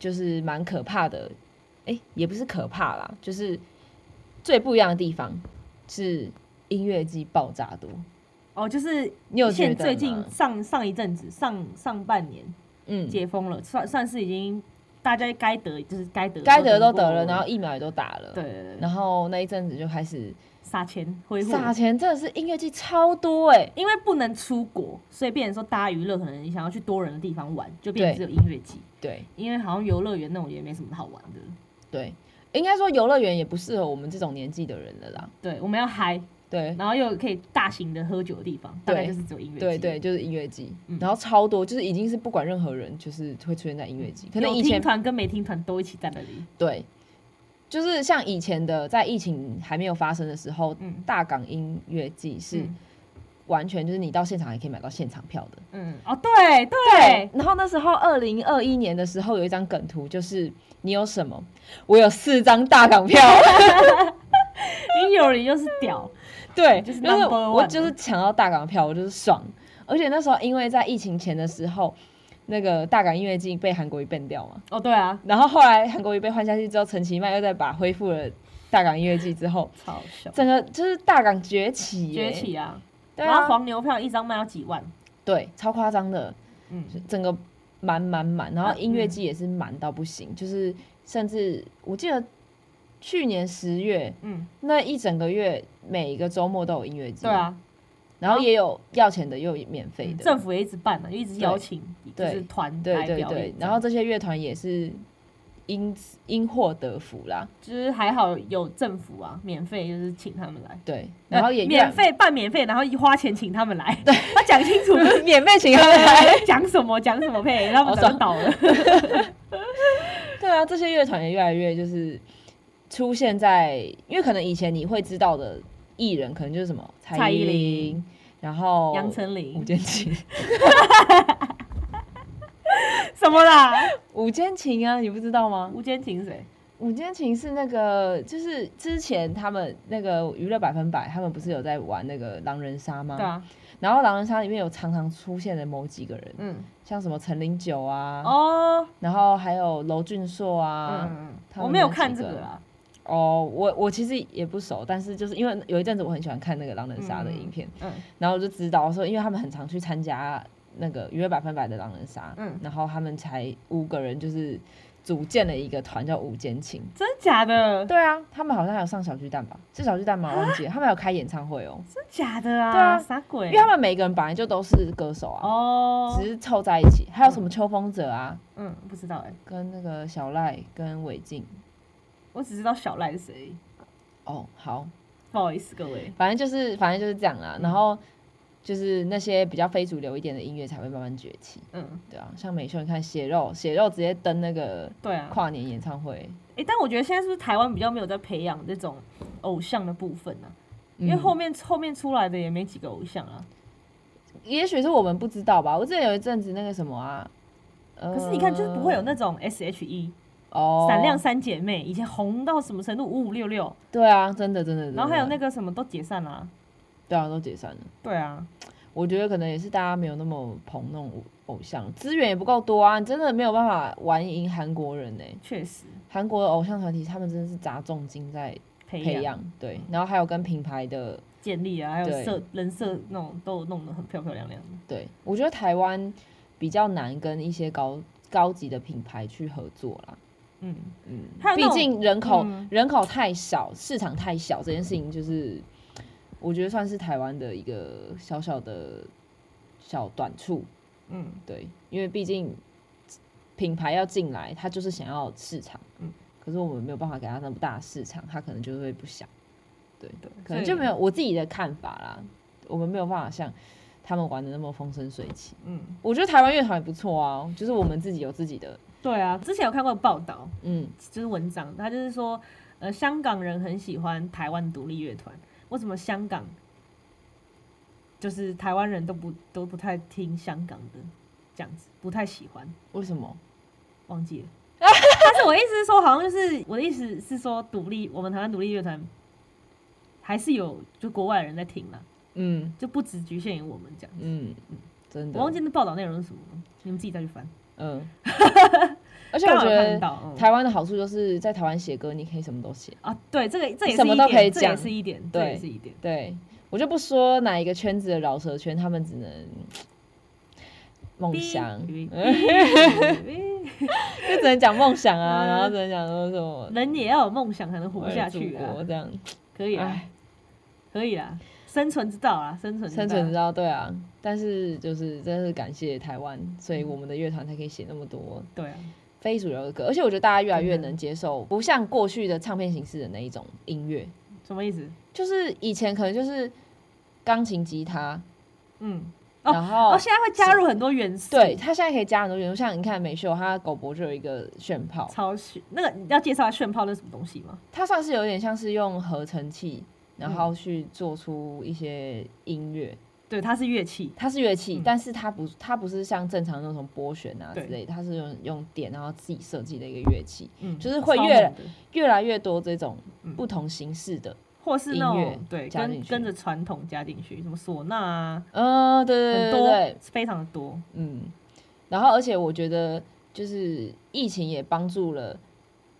就是蛮可怕的，诶，也不是可怕啦，就是最不一样的地方是音乐季爆炸多。哦，就是你有觉现得最吗近上上一阵子，上上半年嗯，解封了，算算是已经大家该得就是该得该得都得过了，然后疫苗也都打了，对对对，然后那一阵子就开始撒钱挥霍，撒钱，真的是音乐季超多哎、因为不能出国，所以变成说大家娱乐可能你想要去多人的地方玩，就变成只对有音乐季，对因为好像游乐园那种也没什么好玩的。对，应该说游乐园也不适合我们这种年纪的人了啦。对，我们要嗨，对然后又可以大型的喝酒的地方，大对概就是只有音乐季。对对，，就是音乐季，嗯然后超多，就是已经是不管任何人，就是会出现在音乐季。可能嗯有以听前团跟没听团都一起在那里。对，就是像以前的，在疫情还没有发生的时候，嗯大港音乐季是嗯完全就是你到现场还可以买到现场票的。嗯，哦，对对对，，然后那时候二零二一年的时候有一张梗图，就是你有什么？我有四张大港 [laughs] 票，你有人就是屌，对，就就是是 number one 我就是抢到大港票，我就是爽。而且那时候因为在疫情前的时候，那个大港音乐季被韩国瑜变掉嘛， [laughs] 哦，对啊，然后后来韩国瑜被换下去之后，陈其迈又再把恢复了大港音乐季之后，超笑，整个就是大港崛起耶，崛起啊！对然后啊，黄牛票一张卖要几万，对，超夸张的，嗯，整个满满满，然后啊音乐嗯季也是满到不行，就是甚至我记得去年十月嗯，那一整个月，每一个周末都有音乐季，对，啊，然后也有要钱的，也有免费的，政府也一直办嘛，就一直邀请就对是团对来对表对演，，然后这些乐团也是因此因祸得福啦，就是还好有政府啊，免费就是请他们来，对，然后也呃越来免费办免费，然后花钱请他们来，对，要讲清 [laughs] 楚 [laughs] 免费请他们来， [laughs] 讲什么讲什么配，他们好早就爽倒了，对啊，这些乐团也越来越就是出现在，因为可能以前你会知道的艺人可能就是什么蔡蔡依依林林，然后杨丞吴琳建 [laughs] 琴，什么啦？吴建琴啊，你不知道吗？吴坚情谁？吴建琴是那个，就是之前他们那个娱乐百分百，他们不是有在玩那个狼人杀吗？对啊，然后狼人杀里面有常常出现的某几个人，嗯，像什么陈零九啊，哦，然后还有娄俊硕啊。嗯，他我们没有那看几这个个啦，哦，我我其实也不熟，但是就是因为有一阵子我很喜欢看那个狼人杀的影片，嗯然后我就知道说，因为他们很常去参加那个娱乐百分百的狼人杀，嗯然后他们才五个人就是组建了一个团叫五间情。真假的？对啊，他们好像还有上小巨蛋吧？是小巨蛋吗？啊我忘记了，他们还有开演唱会哦、真假的啊？对啊啥鬼？因为他们每个人本来就都是歌手啊，哦，只是凑在一起。还有什么秋风者啊，嗯，不知道哎，跟那个小赖跟韦静。我只知道小赖是谁，哦，好，不好意思各位。反正就是反正就是这样啦。嗯然后就是那些比较非主流一点的音乐才会慢慢崛起，嗯，对啊，像美秀，你看血肉，血肉直接登那个对啊，跨年演唱会，哎、但我觉得现在是不是台湾比较没有在培养这种偶像的部分呢、啊因为嗯后面后面出来的也没几个偶像啊。也许是我们不知道吧。我之前有一阵子那个什么啊，可可是你看，就是不会有那种 S.H.E、哦闪亮三姐妹，以前红到什么程度五五六六，对啊，真的真的。真的然后还有那个个什么都解散啦、对啊，都解散了。对啊，我觉得可能也是大家没有那么捧那种偶像，资源也不够多啊，你真的没有办法玩赢韩国人呢、确实韩国的偶像团体他们真的是砸重金在培培养、养，对，然后还有跟品牌的，建立啊，还有对设人设那种都弄得很漂漂亮亮的。对我觉得台湾比较难跟一些高高级的品牌去合作啦。嗯，嗯还有那毕种竟人口、嗯人口太少，市场太小，这件事情就是我觉得算是台湾的一个小小的小短处。嗯，对，因为毕竟品牌要进来，他就是想要市场，嗯可是我们没有办法给他那么大的市场，他可能就会不想，对，对，可能所就以没有我自己的看法啦，我们没有办法像他们玩的那么风生水起。嗯，我觉得台湾乐团也不错啊，就是我们自己有自己的，对啊。之前有看过报道，嗯，就是文章，他就是说，呃，香港人很喜欢台湾独立乐团，为什么香港就是台湾人都不都不太听香港的这样子，不太喜欢，为什么？忘 [laughs] 记了。但是我的意思是说，好像就是我的意思是说，独立我们台湾独立乐团还是有就国外人在听啦，嗯就不只局限于我们这样。嗯，真的，我忘记那报道内容是什么了，你们自己再去翻。 [laughs] 嗯，而且刚我好觉有看得到、嗯台湾的好处就是在台湾写歌，你可以什么都写。啊，对，这个这也是什么一都点可以这也讲是一点，这对也是一点。对我就不说哪一个圈子的饶舌圈，他们只能梦想， [laughs] 哔就哔哔只能讲梦想啊，嗯然后只能讲说什么哎人也要有梦想才能活下去我也祖啊国！这样，可以啊哎，，可以啦，生存之道啊，生存之道生存之道对啊。但是就是真的是感谢台湾，所以我们的乐团才可以写那么多对啊，非主流的歌，而且我觉得大家越来越真的能接受，不像过去的唱片形式的那一种音乐，什么意思？就是以前可能就是钢琴、吉他，嗯，哦然后哦，现在会加入很多元素，对，他现在可以加很多元素，像你看美秀，他狗博就有一个炫炮，超炫。那个你要介绍炫炮那是什么东西吗？它算是有点像是用合成器，然后去做出一些音乐。对，它是乐器，它是乐器，嗯但是它不，它不是像正常那种拨弦啊之对类的，它是用用电，然后自己设计的一个乐器。嗯，就是会超越猛的越来越多这种嗯不同形式的，或是那音乐种对加跟进去跟着传统加进去，什么唢呐啊，嗯、对对很对对多对，非常的多，嗯。然后，而且我觉得就是疫情也帮助了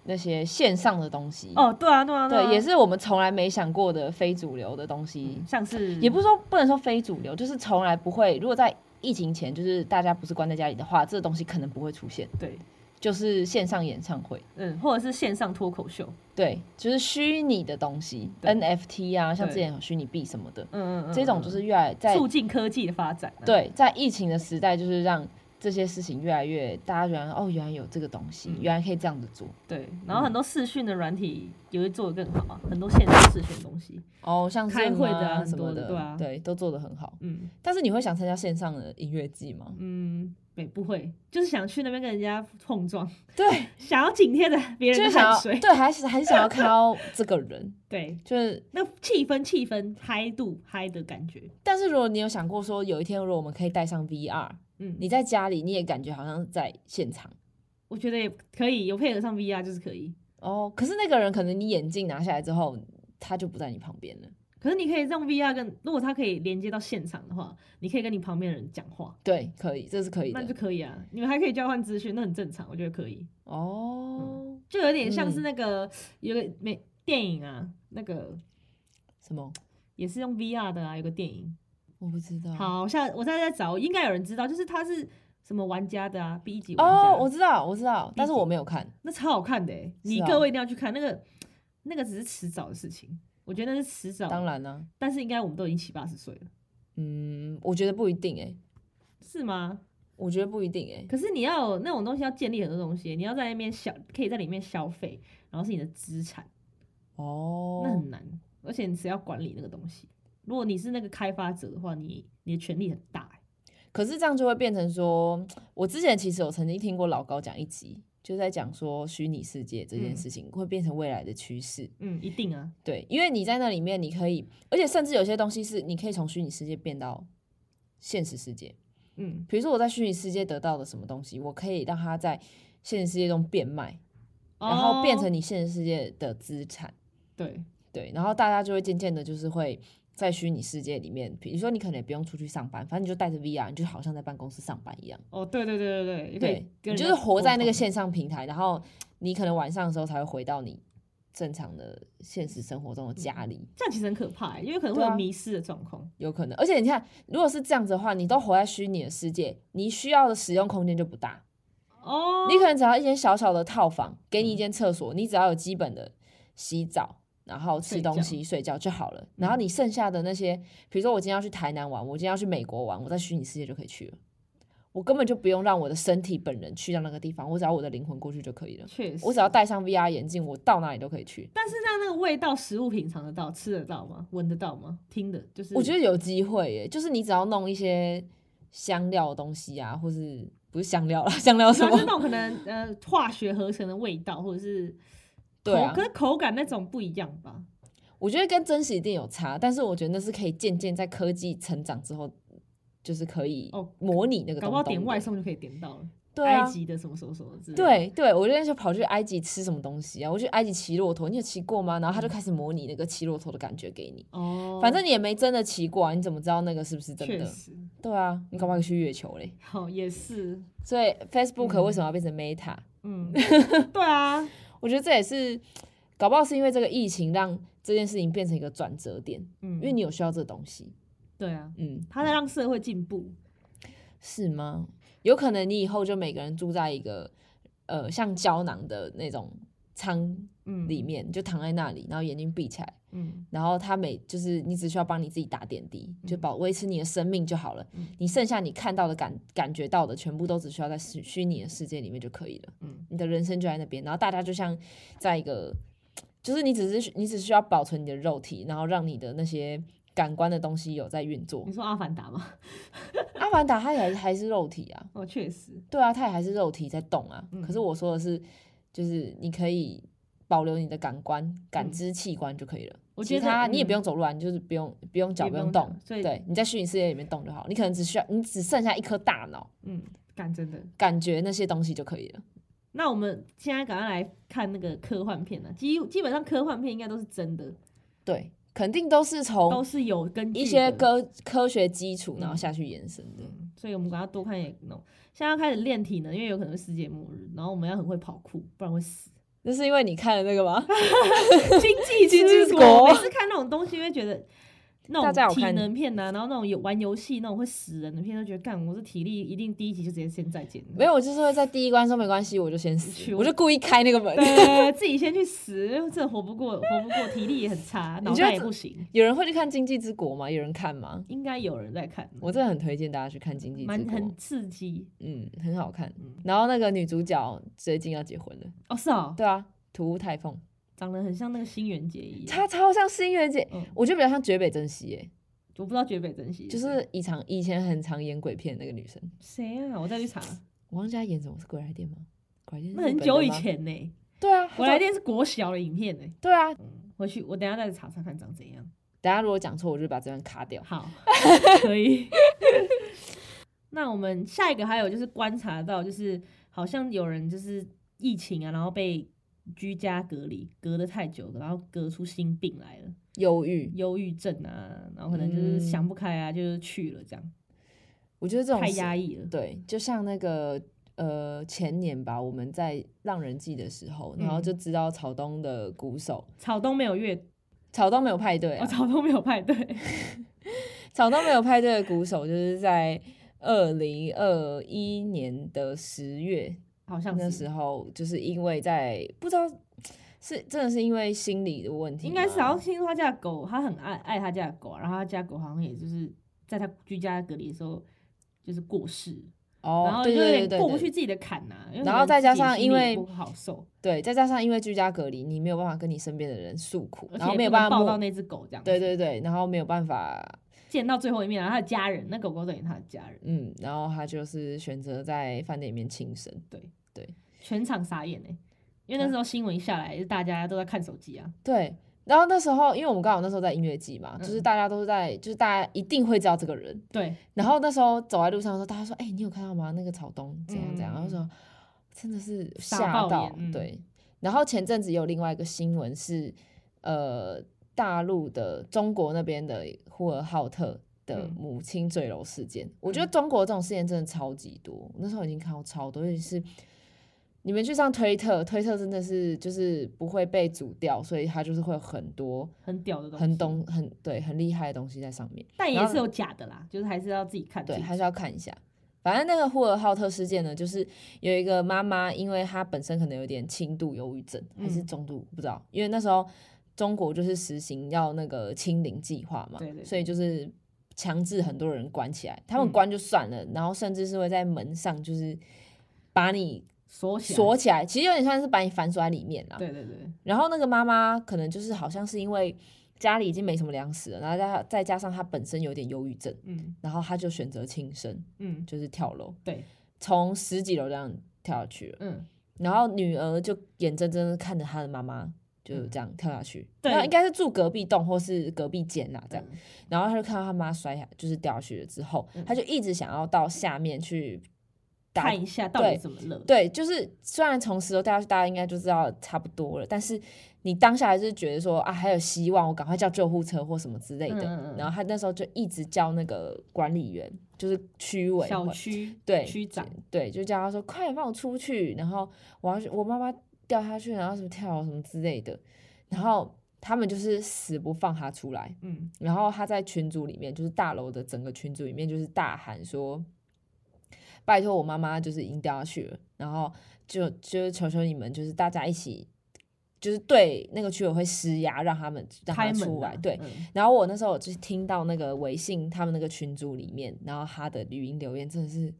那些线上的东西。哦，对啊，对啊，对，啊也是我们从来没想过的非主流的东西，像是也不是说不能说非主流，就是从来不会。如果在疫情前，就是大家不是关在家里的话，这个东西可能不会出现，对，就是线上演唱会，嗯，或者是线上脱口秀，对，就是虚拟的东西对，NFT 啊，像对之前有虚拟币什么的，嗯嗯嗯，这种嗯就是越来在促进科技的发展、啊，对在疫情的时代，就是让这些事情越来越大家原来哦，原来有这个东西嗯，原来可以这样子做。对，然后很多视讯的软体也会做得更好啊，很多线上视讯的东西，哦，像开 Zoom 会的啊啊很什么多的对啊对，都做得很好。嗯但是你会想参加线上的音乐季吗？嗯，对，不会，就是想去那边跟人家碰撞， [laughs] 对，想要紧贴着别就人是的 [laughs] 想汗要水。对，还是很想要看到这个人， [laughs] 对，就是。那气氛、气氛、嗨度、嗨的感觉。但是如果你有想过说，有一天如果我们可以带上 VR，嗯，你在家里你也感觉好像在现场我觉得也可以，有配合上 VR 就是可以。哦。可是那个人可能你眼镜拿下来之后，他就不在你旁边了。可是你可以让 VR 跟，如果它可以连接到现场的话，你可以跟你旁边的人讲话，对，可以，这是可以那的就。可以啊。你们还可以交换资讯，那很正常，我觉得可以。哦，就有点像是嗯那个、有个美电影啊，那个什么？也是用 VR 的啊，有个电影。我不知道。好，下我现在在找，应该有人知道，就是它是什么玩家的啊，B 级玩家，哦，我知道，我知道，但是我没有看。那超好看的、欸，你是啊各位一定要去看，那个那个只是迟早的事情，我觉得那是迟早，当，然啦、但是应该我们都已经七八十岁了，嗯，我觉得不一定哎、是吗？我觉得不一定哎、可是你要有那种东西，要建立很多东西，你要在那边消，可以在里面消费，然后是你的资产，哦那，很难，而且你只要管理那个东西。如果你是那个开发者的话，你你的权力很大、欸，可是这样就会变成说，我之前其实有曾经听过老高讲一集，就在讲说虚拟世界这件事情会变成未来的趋势。嗯，一定啊，对，因为你在那里面，你可以，而且甚至有些东西是你可以从虚拟世界变到现实世界。嗯，比如说我在虚拟世界得到的什么东西，我可以让它在现实世界中变卖，然后变哦成你现实世界的资产。对，对，然后大家就会渐渐的，就是会在虚拟世界里面，比如说你可能也不用出去上班，反正你就带着 VR，你就好像在办公室上班一样。哦，对对对对对，也可以对，跟你人就家是活在那沟个通线上平台，然后你可能晚上的时候才会回到你正常的现实生活中的家里，这样其实很可怕、欸，因为可能会对啊有迷失的状况。有可能。而且你看，如果是这样子的话，你都活在虚拟的世界，你需要的使用空间就不大。哦，你可能只要一间小小的套房，给嗯你一间厕所，你只要有基本的洗澡，然后吃睡觉嗯东西、睡觉就好了。然后你剩下的那些，比如说我今天要去台南玩，我今天要去美国玩，我在虚拟世界就可以去了。我根本就不用让我的身体本人去到那个地方，我只要我的灵魂过去就可以了。确实，我只要戴上 VR 眼镜，我到哪里都可以去。但是让那个味道食物品尝得到、吃得到吗？闻得到吗？听的，就是我觉得有机会耶，就是你只要弄一些香料的东西啊，或是不是香料啦， [laughs] 香料是主什要是么那？种可能呃化学合成的味道，或者是对啊口可是口感那种不一样吧？我觉得跟真实一定有差，但是我觉得那是可以渐渐在科技成长之后，就是可以哦模拟那个搞东不好点东外的送就可以点到了，对啊埃，及的什么什么什么之类的。对对，我就那时候跑去埃及吃什么东西啊？我去埃及骑骆驼，你有骑过吗？然后他就开始模拟那个骑骆驼的感觉给你，嗯哦，反正你也没真的骑过、啊，你怎么知道那个是不是真确的？实，对啊，你搞不好可以去月球嘞。好也是，所以 Facebook 为什么要变成 Meta？、 [laughs] 嗯，对啊，我觉得这也是，搞不好是因为这个疫情让这件事情变成一个转折点，嗯，因为你有需要这东西，对啊，嗯，他在让社会进步，是吗？有可能你以后就每个人住在一个呃像胶囊的那种舱嗯，里面，你就躺在那里，然后眼睛闭起来，嗯，然后他每就是你只需要帮你自己打点滴，就保维持你的生命就好了。嗯你剩下你看到的感感觉到的，全部都只需要在虚虚拟的世界里面就可以了。嗯，你的人生就在那边，然后大家就像在一个，就是你只是你只需要保存你的肉体，然后让你的那些感官的东西有在运作你。说阿凡达吗？ [laughs] 阿凡达它也还是肉体啊，哦，确实，对啊，它也还是肉体在动啊。嗯可是我说的是，就是你可以保留你的感官、嗯感知器官就可以了。我其觉得他你也嗯不用走路啊，你就是不用不用脚也不不用用动脚，所以对，你在虚拟世界里面动就好。你可能只需要你只剩下一颗大脑，嗯，干真的。感觉那些东西就可以了。那我们现在赶快来看那个科幻片了、啊基基本上科幻片应该都是真的，对，肯定都是从都是有根据哦一些的科科学基础，然后嗯下去延伸的。嗯所以我们赶快多看一点那种。现在要开始练体能，因为有可能会世界末日，然后我们要很会跑酷，不然会死。那是因为你看了那个吗？ [laughs] 经济经济之之国每次看那种东西，会觉得那大家种有体看能片呐、啊然后那种有玩游戏那种会死人的片，都觉得干，我这体力一定第一集就直接先再见了。没有，我就是会在第一关说没关系，我就先死，去我就故意开那个门。对， [laughs] 自己先去死，因为真的活不过，活不过，体力也很差，脑觉得袋也这不行。有人会去看《经济之国》吗？有人看吗？应该有人在看，我真的很推荐大家去看《经济之蛮国》，很刺激嗯，很好看嗯。然后那个女主角最近要结婚了，哦，是哦，对啊，土屋太凤，长得很像那个新垣结衣，她超像新垣姐嗯，我觉得比较像绝北真希耶，我不知道绝北真希就是以常以前很常演鬼片的那个女生，谁啊？我再去查，我忘记她演什么是鬼来电吗？鬼来电是那日很本久的以吗，前呢、对啊，我来电是国小的影片呢、对啊。回去我等一下再查查看长怎样。等下如果讲错，我就把这段卡掉。好，可以。 [laughs] 那我们下一个还有就是观察到，就是好像有人就是疫情啊，然后被居家隔离，隔得太久了，然后隔出心病来了，忧郁，忧郁症啊，然后可能就是想不开啊，就是去了这样，我觉得这种太事压抑了。对，就像那个呃前年吧，我们在《浪人记》的时候，然后嗯就知道草东的鼓手，草东没有乐，草东没有派对、哦，啊，草东没有派对，草东没有派对的鼓手就是在二零二一年的十月 [laughs] 好像那是时候，就是因为在不知道是真的是因为心理的问题吗，应该是好像听说他家的狗，他很爱爱他家的狗，然后他家的狗好像也就是在他居家隔离的时候就是过世了。然哦，后就对有对点对过不对去对，自己的坎呐、因为可然后能再加自己上心因里也为不好受，对，再加上因为居家隔离，你没有办法跟你身边的人诉苦，而然且后也没有不能办法抱摸到那只狗这样，对，对对，然后没有办法见到最后一面，然后他的家人，那狗狗等于他的家人，嗯，然后他就是选择在饭店里面轻生。全场傻眼哎、因为那时候新闻一下来，就大家都在看手机啊，对，然后那时候因为我们刚好那时候在音乐季嘛，就是嗯大家都是在，就是大家一定会知道这个人。对，然后那时候走在路上的时候，大家说：“哎、你有看到吗？那个草东怎样怎样？”然后嗯说真的是傻吓爆到眼，嗯对。然后前阵子有另外一个新闻是，呃，大陆的中国那边的呼和浩特。的嗯母亲坠楼事件，我觉嗯得中国这种事件真的超级多。那时候已经看到超多，尤其是你们去上推特，推特真的是就是不会被煮掉，所以它就是会有很多很屌的东西，很，懂很对很厉害的东西在上面。但也然后是有假的啦，就是还是要自己看，对，还是要看一下。反正那个呼和浩特事件呢，就是有一个妈妈，因为她本身可能有点轻度忧郁症，还是嗯中度，不知道。因为那时候中国就是实行要那个清零计划嘛，对对对所以就是强制很多人关起来，他们嗯关就算了，然后甚至是会在门上就是把你锁起来，锁起来，其实有点像是把你反锁在里面啦。对对对，然后那个妈妈可能就是好像是因为家里已经没什么粮食了，然后再再加上她本身有点忧郁症，嗯然后她就选择轻生，嗯，就是跳楼，对，从十几楼这样跳下去了。嗯，然后女儿就眼睁睁的看着她的妈妈嗯就这样跳下去，对那应该是住隔壁栋或是隔壁间啦，这样。嗯然后她就看到她妈摔下，就是掉下去了之后，嗯她就一直想要到下面去打看一下到底对怎么了，对，就是虽然从石头掉下去，大家应该就知道差不多了，但是你当下还是觉得说啊，还有希望，我赶快叫救护车或什么之类的。嗯嗯嗯然后他那时候就一直叫那个管理员，就是区委小会区对区长，对，就叫他说快点放我出去，然后我要去我妈妈掉下去，然后什么跳啊楼什么之类的，然后他们就是死不放他出来。嗯，然后他在群组里面，就是大楼的整个群组里面，就是大喊说：“拜托我妈妈就是已经掉下去了，然后就就求求你们，就是大家一起，就是对那个居委会施压，让他们让开他门出来。啊对，，嗯然后我那时候我就听到那个微信他们那个群组里面，然后他的语音留言真的是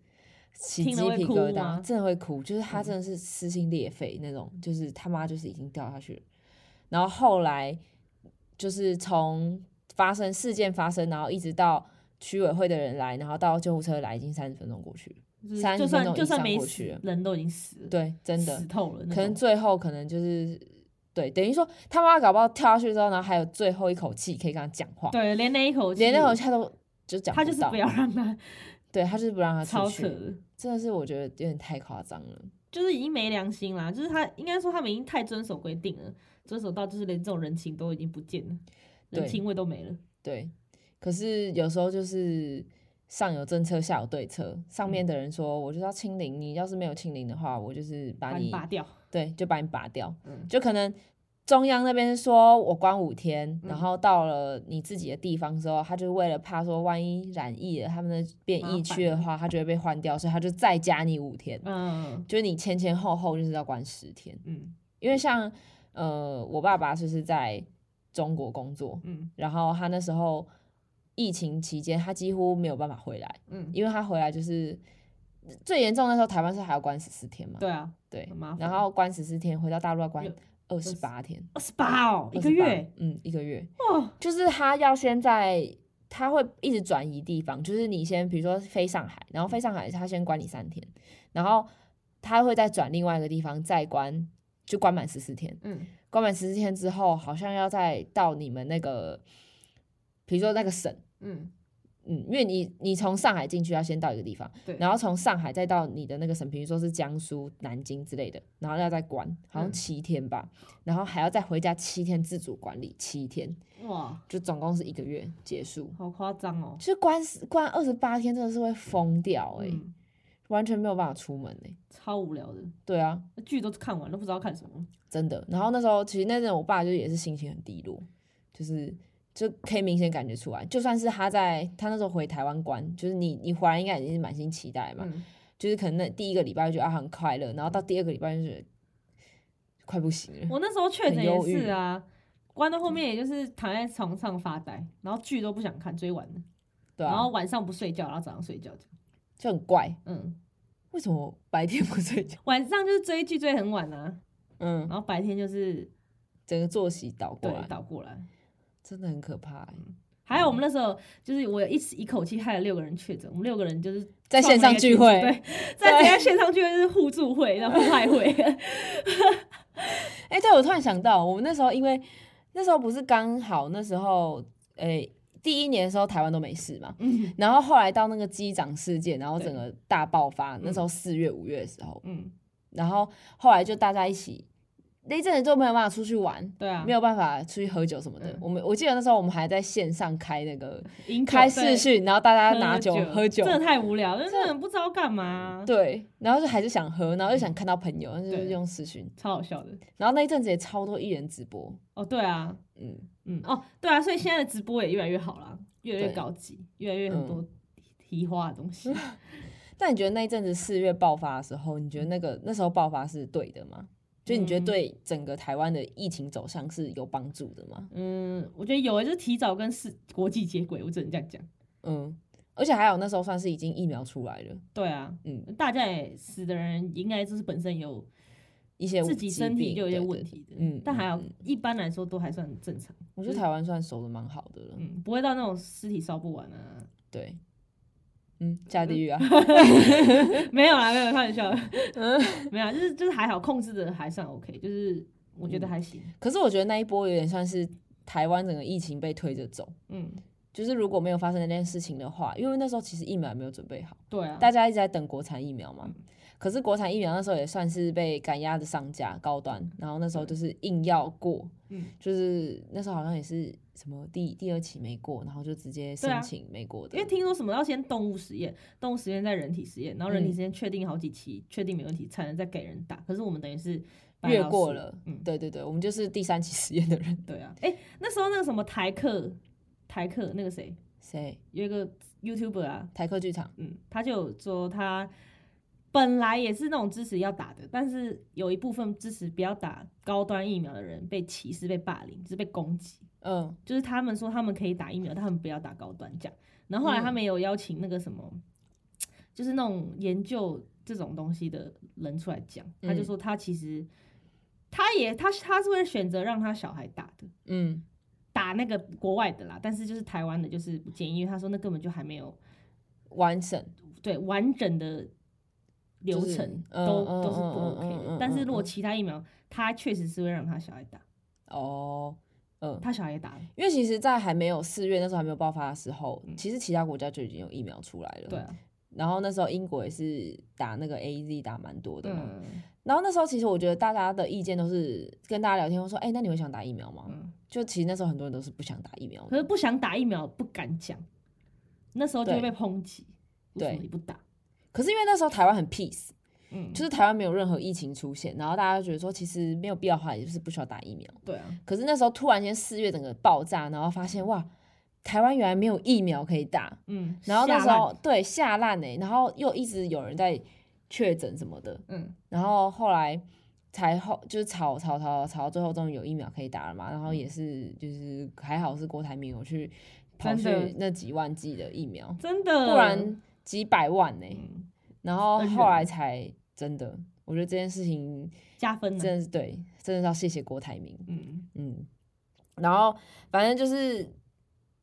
起听了鸡会皮哭疙吗瘩，真的会哭，就是他嗯真的是撕心裂肺那种，就是他妈就是已经掉下去了。然后后来就是从发生事件发生，然后一直到区委会的人来，然后到救护车来，已经三十分钟过去了。就是30就分算钟就以算上没过死去了，人都已经死了，对，真的死透了那种，可能最后可能就是对，等于说他妈搞不好跳下去之后，然后还有最后一口气可以跟他讲话，对，连那一口气，连那口气他都就讲他不就是到不要让他对他就是不让他超出扯去，的，真的是我觉得有点太夸张了。就是已经没良心啦。就是他应该说他们已经太遵守规定了，遵守到就是连这种人情都已经不见了，人对情味都没了。对，可是有时候就是上有政策，下有对策。嗯上面的人说，我就是要清零，你要是没有清零的话，我就是把把你你拔掉，对，就把你拔掉。嗯就可能中央那边说我关五天，嗯然后到了你自己的地方之后，他就为了怕说万一染疫了，他们的变麻疫烦区的话，他就会被换掉，所以他就再加你五天。嗯就是你前前后后就是要关十天，嗯因为像呃，我爸爸就是在中国工作，嗯然后他那时候疫情期间，他几乎没有办法回来，嗯，因为他回来就是最严重的时候，台湾是还要关十四天嘛，对啊，对很麻，然烦后关十四天，回到大陆要关六二十八天，二十八哦，一个28月，嗯，一个月，哇，就是他要先在它会一直转移地方，就是你先比如说飞上海，然后飞上海它先关你三天，然后它会再转另外一个地方再关，就关满十四天。嗯关满十四天之后，好像要再到你们那个，比如说那个省，嗯，嗯，因为你你从上海进去要先到一个地方，对，然后从上海再到你的那个省，比如说是江苏、南京之类的，然后要再关，好像嗯七天吧，然后还要再回家七天自主管理，七天嗯哇，就总共是一个月结束。好夸张哦。就是关十关二十八天，真的是会疯掉哎、嗯，完全没有办法出门哎、超无聊的，对啊，那剧都看完了，不知道看什么。真的。然后那时候其实那阵我爸就也是心情很低落，就是就可以明显感觉出来，就算是他在他那时候回台湾关，就是你你回来应该已经是满心期待嘛，嗯，就是可能那第一个礼拜就觉得啊很快乐，然后到第二个礼拜就觉得快不行了。我那时候确诊也很忧郁嗯是啊，关到后面也就是躺在床上发呆，然后剧都不想看，追完了，对然啊后，晚上不睡觉，然后早上睡觉这样。就很怪，嗯，为什么白天不睡觉？晚上就是追剧追很晚啊，嗯然，后白天就是整个作息倒过对来，倒过来。真的很可怕欸、还有我们那时候就是我有一一口气害了六个人确诊，我们六个人就是在线上聚创了 [laughs] 会一个群组对，在在线上聚会就是互助会，然后互害 [laughs] 会，哎、对，我突然想到，我们那时候因为那时候不是刚好那时候，哎、第一年的时候台湾都没事嘛，嗯然后后来到那个机长事件，然后对整个大爆发，那时候四月五月的时候，嗯，然后后来就大家一起那一阵子就没有办法出去玩，对啊，没有办法出去喝酒什么的。嗯我们我记得那时候我们还在线上开那个有开视讯，然后大家拿酒喝酒。真的太无聊，真的很不知道干嘛，对，然后就还是想喝，然后又想看到朋友，那就是对用视讯。超好笑的。然后那一阵子也超多艺人直播，哦，对啊，嗯，嗯，哦，对啊，所以现在的直播也越来越好啦，越来越对嗯高级，越来越很多提花的东 [laughs] 西。但你觉得那一阵子四月爆发的时候，你觉得那个那时候爆发是对的吗？就你觉得嗯对整个台湾的疫情走向是有帮助的吗？嗯，我觉得有欸，就是提早跟世国际接轨，我只能这样讲。嗯，而且还有那时候算是已经疫苗出来了，对啊，嗯，大家也死的人应该就是本身有一些自己疾身体病就有些对问对题的，嗯但还好嗯嗯，一般来说都还算正常，我觉得台湾算守的蛮好的了，嗯，不会到那种尸体烧不完啊， [laughs] 对，嗯，下地狱啊， [laughs] 没有啦，没有开玩笑的，嗯 [laughs] 没有啊，就是就是还好控制的还算 OK，就是我觉得还行，可是我觉得那一波有点算是台湾整个疫情被推着走，嗯，就是如果没有发生那件事情的话，因为那时候其实疫苗也没有准备好，对啊，大家一直在等国产疫苗嗯嘛。可是国产疫苗那时候也算是被赶鸭子上架高端，然后那时候就是硬要过，嗯就是那时候好像也是什么第第二期没过，然后就直接对啊申请没过的。因为听说什么要先动物实验，动物实验再人体实验，然后人体实验确定好几期，确定没问题才能再给人打。可是我们等于是白越老鼠过了，嗯，对对对，我们就是第三期实验的 [laughs] 人。对啊，哎、那时候那个什么台客，台客那个谁谁？有一个 YouTuber 啊，台客剧场。嗯，他就有说他本来也是那种支持要打的，但是有一部分支持不要打高端疫苗的人被歧视、被霸凌，就是被攻击。嗯，就是他们说他们可以打疫苗，但他们不要打高端这样。然后后来嗯他们有邀请那个什么，就是那种研究这种东西的人出来讲，嗯他就说他其实他也他他是会选择让他小孩打的，嗯，打那个国外的啦，但是就是台湾的就是不建议，因为他说那根本就还没有完整。对完整的。流就是程嗯都、嗯都是不嗯嗯 OK 嗯的，嗯但是嗯如果嗯其他疫苗，他确实是会让他小孩打，哦，嗯，他小孩也打了，因为其实，在还没有四月那时候还没有爆发的时候，其实其他国家就已经有疫苗出来了。嗯对。啊，然后那时候英国也是打那个 A Z 打蛮多的嘛。嗯然后那时候其实我觉得大家的意见都是跟大家聊天，会说，哎、那你会想打疫苗吗？嗯，就其实那时候很多人都是不想打疫苗可是的。不想打疫苗不敢讲，那时候就会对被抨击，为什对么你不打？可是因为那时候台湾很 peace，嗯，就是台湾没有任何疫情出现，然后大家就觉得说其实没有必要的话，也就是不需要打疫苗。对啊，可是那时候突然间四月整个爆炸，然后发现哇，台湾原来没有疫苗可以打，嗯，然后那吓时候烂，对下烂哎、然后又一直有人在确诊什么的，嗯然后后来才后就是吵吵吵吵，到最后终于有疫苗可以打了嘛。然后也是就是还好是郭台铭有去跑去嗯真的那几万剂的疫苗，真的，不然几百万呢、嗯然后恩人后来才真的，我觉得这件事情加分啊了，真的是对，真的是要谢谢郭台铭。嗯嗯，然后反正就是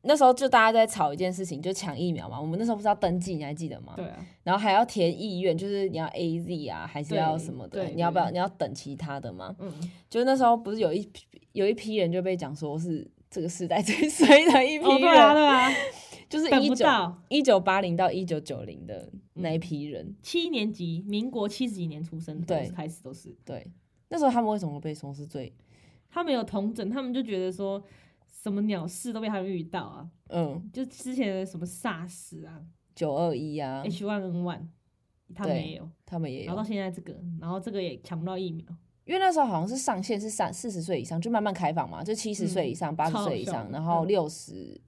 那时候就大家在吵一件事情，就抢疫苗嘛。我们那时候不是要登记，你还记得吗？对啊，然后还要填意愿，就是你要 A Z 啊，还是对要什么的？对你要不要？对你要等其他的吗？嗯， [laughs] 就那时候不是有一批有一批人就被讲说是这个时代最 [laughs] 衰的一批人，哦，对啊，对啊，就是等一不九到嗯一九八零到一九九零的那一批人。七年级，民国七十几年出生的，对开始都是对，那时候他们为什么被说是最他们有同诊，他们就觉得说什么鸟事都被他们遇到啊，嗯就之前的什么 SARS 啊、九二一啊？ H1N1，他们对也有，他们也然有后到，现在这个，然后这个也抢不到疫苗，因为那时候好像是上限是三四十岁以上，就慢慢开放嘛，就七十岁以上、八十嗯超好岁以笑上，的然后嗯六十、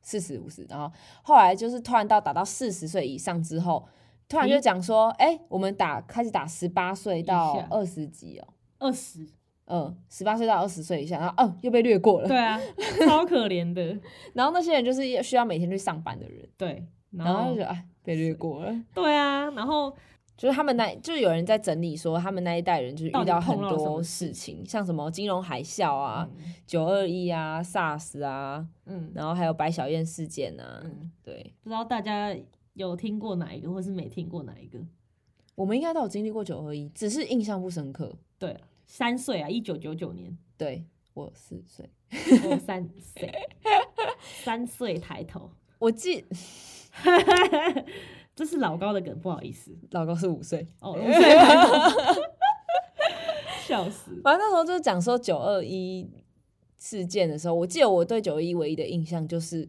四十、五十，然后后来就是突然到打到四十岁以上之后，突然就诶讲说，哎、我们打开始打十八岁到下二十几哦，二十，嗯，十八岁到二十岁以下，然后嗯又被略过了对，啊，超可怜的， [laughs] 然后那些人就是需要每天去上班的人，对，然然后后就觉得哎被略过了。对啊，然后就是他们那，就是有人在整理说，他们那一代人就是遇到底到很碰到了什多么事情，像什么金融海啸啊、嗯九二一啊、SARS 啊，嗯然后还有白小燕事件啊。嗯，对，不知道大家有听过哪一个，或是没听过哪一个？我们应该都有经历过九二一，只是印象不深刻。对啊，三岁啊，一九九九年，对我四岁，我三岁，三岁抬头，我记这是老高的梗，不好意思老高是五岁，哦，五岁抬头， [laughs] 笑死，反正那时候就是讲说九二一事件的时候，我记得我对九二一唯一的印象就是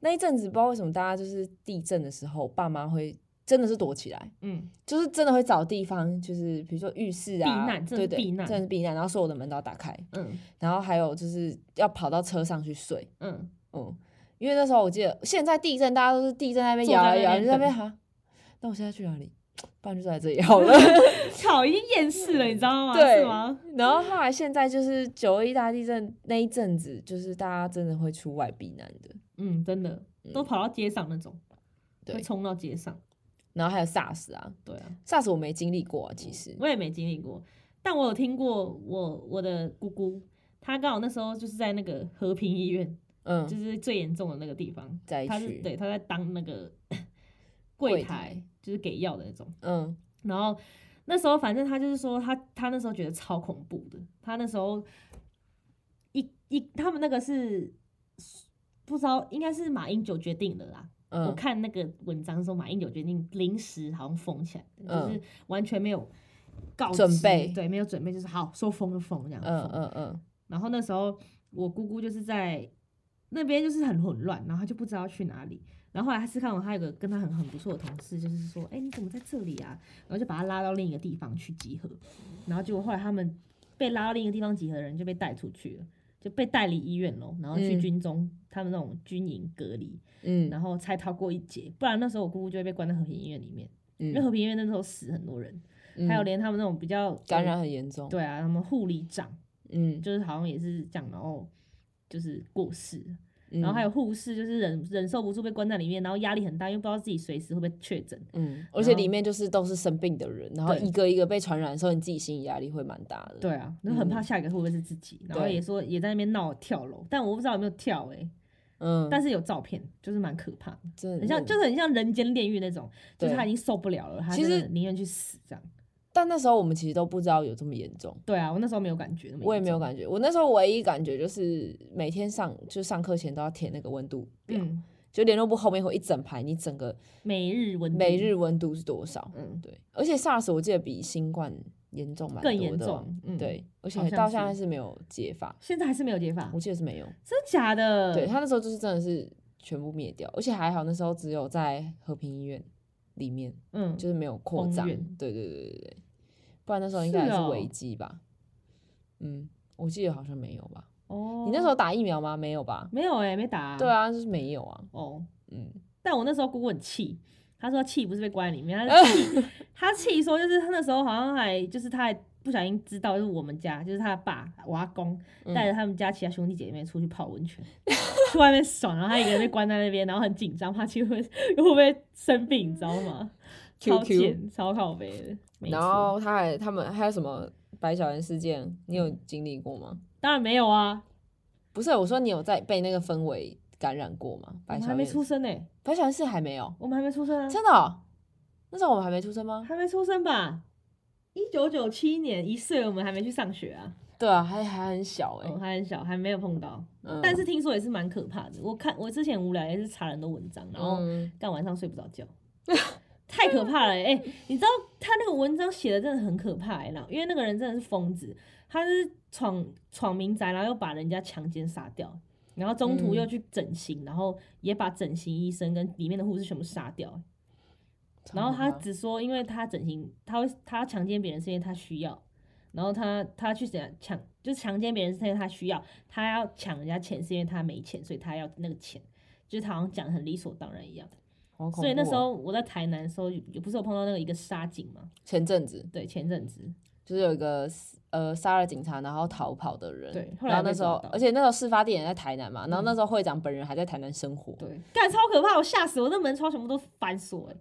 那一阵子，不知道为什么大家就是地震的时候，爸妈会真的是躲起来。嗯，就是真的会找地方，就是比如说浴室啊，避难真的对是对，避难真的是避难，然后所有的门都要打开，嗯然后还有就是要跑到车上去睡，嗯，嗯，因为那时候我记得现在地震，大家都是地震在那边坐摇在啊那摇，边就在那边哈，那我现在去哪里？不然就在这 [laughs] 里好了。靠，已经厌世了，你知道吗？嗯对是吗？然后后来现在就是九二一大地震那一阵子，就是大家真的会出外避难的，嗯，真的嗯都跑到街上那种，对会冲到街上，然后还有 SARS 啊对啊， ，SARS 我没经历过啊，其实，我也没经历过，但我有听过我我的姑姑，她刚好那时候就是在那个和平医院，就嗯，是最严重的那个地方，灾她是区，对她在当那 [laughs] 个柜柜台台，就是给药的那种。嗯，然后那时候反正她就是说她她那时候觉得超恐怖的，她那时候一一他们那个是不知道应该是马英九决定的啦，我嗯，看那个文章说，马英九决定临时好像封起来，嗯就是完全没有告知准备对，没有准备，就是好说封就封这样。嗯嗯嗯。嗯嗯，然后那时候我姑姑就是在那边就是很混乱，然后她就不知道去哪里。然后后来她是看我，她有个跟她很很不错的同事，就是说，哎、你怎么在这里啊？然后就把她拉到另一个地方去集合。然后结果后来他们被拉到另一个地方集合的人就被带出去了，就被带离医院喽，然后去嗯军中、他们那种军营隔离。嗯然后才逃过一劫，不然那时候我姑姑就会被关在和平医院里面，因为嗯和平医院那时候死很多人，嗯，还有连他们那种比较感染，很严重。对啊，什么护理长，嗯，就是好像也是这样，然后就是过世，然然后还有护士，就是忍忍受不住被关在里面，然后压力很大，又不知道自己随时会不会确诊，嗯，而且后里面就是都是生病的人，然后对一个一个被传染的时候，你自己心理压力会蛮大的。对，啊，就很怕下一个会不会是自己，然后嗯对也说也在那边闹跳楼，但我不知道有没有跳哎、嗯，但是有照片，就是蛮可怕的，真的很像那就是很像人间炼狱那种，就是对他已经受不了了，他其真的实宁愿去死这样。但那时候我们其实都不知道有这么严重，对啊，我那时候没有感觉那么，我也没有感觉。我那时候唯一感觉就是每天上就上课前都要填那个温度表，嗯，就联络部后面会一整排，你整个每日文，每日，温度是多少？嗯，对，而且 SARS 我记得比新冠严重蛮多更的哦，严重嗯对，而好且像到现是在是没有解法，现在还是没有解法我，记得是没有。真的假的？对，他那时候就是真的是全部灭掉，而且还好那时候只有在和平医院里面，嗯，就是没有扩公张。对园对对对对，不然那时候应该是还是哦危机吧。嗯，我记得好像没有吧？哦，你那时候打疫苗吗？没有吧？没有哎，没打，对，啊，就是没有啊。哦，嗯，但我那时候姑姑很气。她说气不是被关在里面，她 [laughs] 是气，她气说就是她那时候好像还就是她还不小心知道，就是我们家就是她的爸我阿公嗯带着他们家其他兄弟姐妹出去泡温泉，去外面爽，然后她一个人被关在那边，然后很紧张，怕去会会不会生病，你知道吗？超 QQ 贱，超靠背的。没然错后他还他们还有什么白小人事嗯件，你有经历过吗？当然没有啊，不是，我说你有在被那个氛围感染过吗？我白们小还没燕，出生呢、白小燕是还没有，我们还没出生啊，真的哦、那时候我们还没出生吗？还没出生吧？一九九七年一岁，我们还没去上学啊，对啊，还还很小哎、我还很小，还没有碰到。嗯嗯但是听说也是蛮可怕的。我看我之前无聊也是查人的文章，然后嗯干晚上睡不着 [laughs] 觉，太可怕了、欸！哎、你知道他那个文章写的真的很可怕、欸，然后因为那个人真的是疯子，他是闯闯民宅，然后又把人家强奸杀掉，然后中途嗯又去整形，然后也把整形医生跟里面的护士全部杀掉、欸然后他超可怕只说，因为他整形，他会他强奸别人是因为他需要，然后他他去想抢，就是强奸别人是因为他需要，他要抢人家钱是因为他没钱，所以他要那个钱，就是他好像讲的很理所当然一样。好恐怖哦所以那时候我在台南的时候，也不是有碰到那个一个杀警嘛？前阵子对，前阵子就是有一个呃杀了警察然后逃跑的人，对后来然后那被时候抓到嗯而且那时候事发地点在台南嘛，然后那时候会长本人还在台南生活，对，干超可怕，我吓死我，那门窗全部都反锁哎、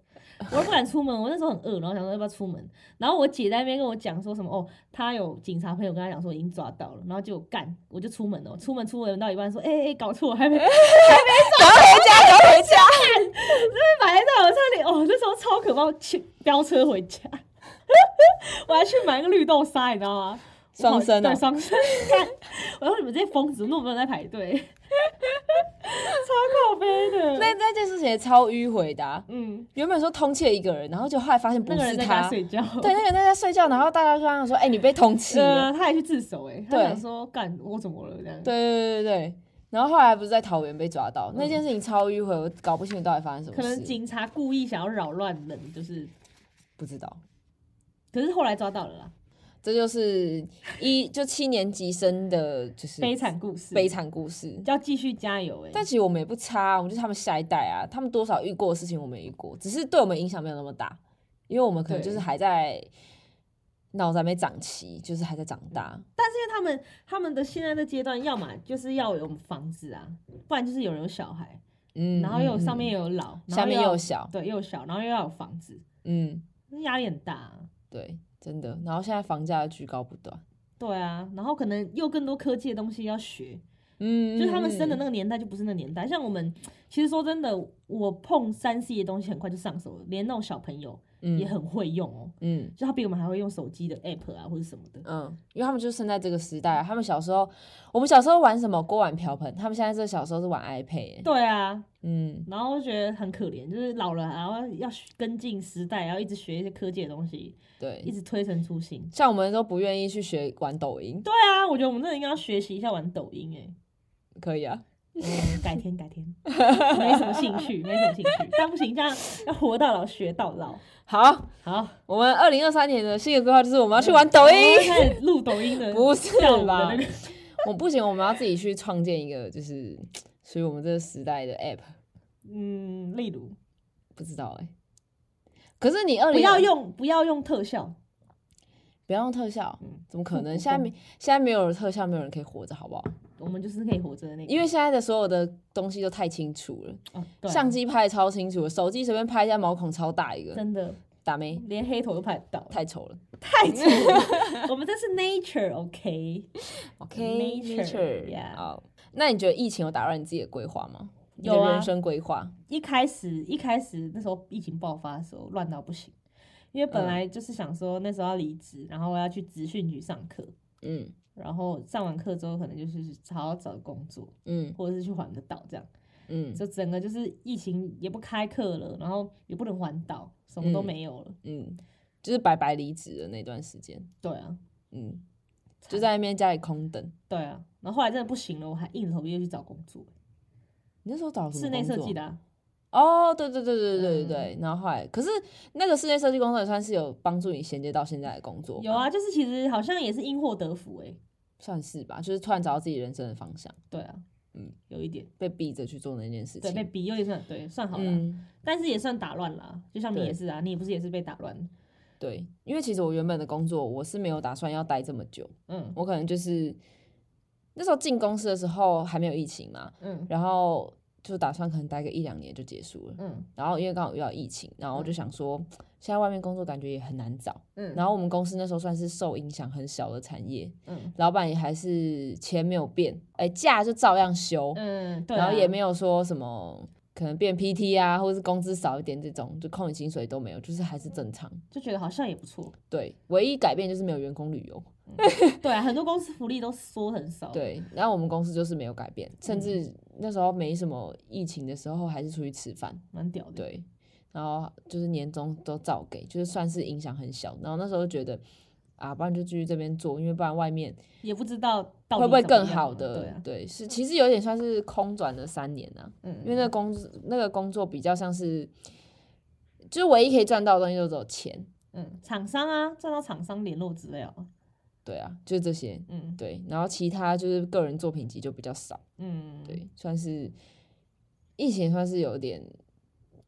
我都不敢出门，我那时候很饿，然后想说要不要出门，然后我姐在那边跟我讲说什么哦，她有警察朋友跟她讲说已经抓到了，然后就干，我就出门了，出门出门到一半说哎哎、欸搞错，还没 [laughs] 还没抓，赶快回家，赶快回家，真的买到我差点哦，那时候超可怕，我去飙车回家， [laughs] 我还去买那个绿豆沙，你知道吗？ [laughs] 双生哦对双生，干！我说你们这些疯子，怎么那么多人在排队， [laughs] 超靠背的。那那件事情也超迂回的、啊，嗯，原本说通缉一个人，然后就后来发现不那个是人在他，家睡觉，对，那个人在家睡觉，然后大家就跟他说，哎、你被通缉了，呃，他还去自首哎、欸，他对想说干我怎么了这样，对，对对对对。然后后来不是在桃园被抓到，那件事情超迂回，我搞不清楚到底发生什么嗯可事，能警察故意想要扰乱人，就是，不知道。可是后来抓到了啦，这就是一就七年级生的，就是悲惨故事，悲，惨故事。要继续加油哎、但其实我们也不差，啊我们就是他们下一代啊，他们多少遇过的事情我们也遇过，只是对我们影响没有那么大，因为我们可能对就是还在脑子还没长齐，就是还在长大。但是因为他们他们的现在的阶段，要么就是要有房子啊，不然就是有人有小孩，嗯，然后又有上面有又有老，然后下面又又要有小，对又有小，然后又要有房子，嗯，那压力很大、啊。对，真的。然后现在房价居高不断，对啊，然后可能又更多科技的东西要学，嗯，就是他们生的那个，个年代就不是那个年代。像我们，其实说真的，我碰三 C 的东西很快就上手了，连那种小朋友嗯也很会用哦、嗯就他比我们还会用手机的 app 啊或者什么的。嗯，因为他们就生在这个时代啊，他们小时候，我们小时候玩什么锅碗瓢盆，他们现在这个小时候是玩 iPad，欸对啊，嗯，然后就觉得很可怜，就是老了，然后要学跟进时代，然后一直学一些科技的东西，对一，直推陈出新。像我们都不愿意去学玩抖音，对啊，我觉得我们真的应该要学习一下玩抖音哎、可以啊，嗯，改天改天， [laughs] 没什么兴趣，没什么兴趣，但不行，这样要活到老学到老。好。好，我们二零二三年的新的规划就是我们要去玩抖我们音，开始录抖音的不是跳舞的吧那个？我不行，我们要自己去创建一个，就是属于我们这个时代的 app，嗯，例如不知道哎、可是你二不零要用不要用特效，不要用特效嗯，怎么可能？不不现在没现在没有特效，没有人可以活着，好不好？我们就是可以活着的那个。因为现在的所有的东西都太清楚了，哦，对啊相机拍的超清楚了，手机随便拍一下毛孔超大一个，真的打没连黑头都拍得到，太丑了。太丑了。我们这是 nature，OK？、Nature，yeah 好，那你觉得疫情有打乱你自己的规划吗？你的有啊人生规划，一开始一开始那时候疫情爆发的时候乱到不行，因为本嗯来就是想说那时候要离职，然后我要去职训局上课，嗯然后上完课之后可能就是好好找工作，嗯或者是去环个岛这样。嗯就整个就是疫情也不开课了，然后也不能环岛，什么都嗯没有了。嗯，就是白白离职的那段时间，对啊，嗯，就在那边家里空等。对啊。然后后来真的不行了，我还硬着头皮又去找工作，你那时候找了什么室内工设作计的、啊。哦，对对对对对对嗯对，然后后来，可是那个室内设计工作也算是有帮助你衔接到现在的工作，有，啊，就是其实好像也是因祸得福哎、算是吧，就是突然找到自己人生的方向，对啊，嗯，有一点，被逼着去做那件事对，情，被逼有点算对，算好了，嗯，但是也算打乱了。就像你对也是啊，你也不是也是被打乱的。对，因为其实我原本的工作我是没有打算要待这么久，嗯我可能就是那时候进公司的时候还没有疫情嘛，嗯然后就打算可能待个一两年就结束了，嗯然后因为刚好遇到疫情，然后我就想说，现在外面工作感觉也很难找。嗯，然后我们公司那时候算是受影响很小的产业，嗯老板也还是钱没有变，哎、假就照样休，嗯，对啊，然后也没有有说什么可能变 PT 啊，或者是工资少一点这种，就扣你薪水都没有，就是还是正常。就觉得好像也不错。对，唯一改变就是没有员工旅游。对啊，很多公司福利都缩很少。，对，然后我们公司就是没有改变，嗯甚至那时候没什么疫情的时候，还是出去吃饭。蛮屌的。，对，然后就是年终都照给，就是算是影响很小。然后那时候就觉得啊，不然就继续这边做，因为不然外面也不知道到底会不会怎么更样好啊的？对啊，是其实有点算是空转了三年啊，嗯，因为那个工作那个工作比较像是，就是唯一可以赚到的东西就只有钱，嗯，厂商啊，赚到厂商联络资料啊，对啊，就是这些，嗯对，然后其他就是个人作品集就比较少，嗯，对，算是疫情算是有点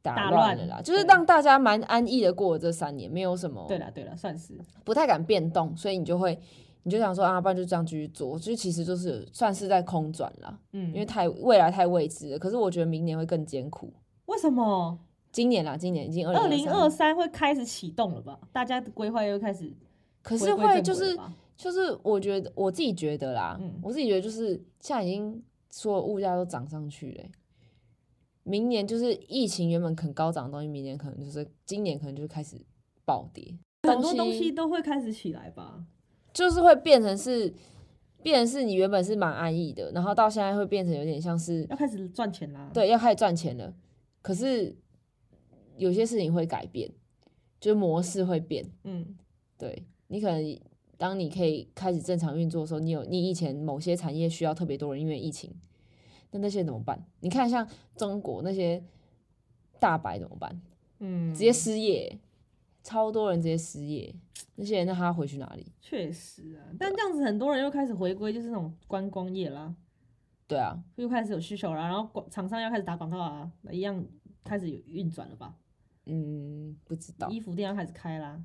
打打乱乱了啦，就是对让大家蛮安逸的过了这三年，没有什么对了对了，算是不太敢变动，所以你就会。你就想说啊，不然就这样继续做，就其实就是有算是在空转啦，嗯，因为太未来太未知了。可是我觉得明年会更艰苦，为什么今年啦，今年已经二二零零二，三会开始启动了吧？大家的规划又开始可回是归正轨会了就是吧就是，我觉得我自己觉得啦，嗯我自己觉得就是现在已经所有物价都涨上去了欸、明年就是疫情原本很高涨的东西，明年可能就是今年可能就开始暴跌，很多东西都会开始起来吧？就是会变成是。变成是你原本是蛮安逸的，然后到现在会变成有点像是要开始赚钱啦。，对，要开始赚钱了。可是有些事情会改变，就是模式会变。嗯对你可能当你可以开始正常运作的时候，你有你以前某些产业需要特别多人，因为疫情，那那些怎么办？你看像中国那些大白怎么办？嗯，直接失业，超多人直接失业，那些人那他回去哪里？确实啊，但这样子很多人又开始回归，就是那种观光业啦，对啊，又开始有需求啦，然后广厂商要开始打广告啊，一样开始有运转了吧？嗯，不知道，衣服店要开始开啦，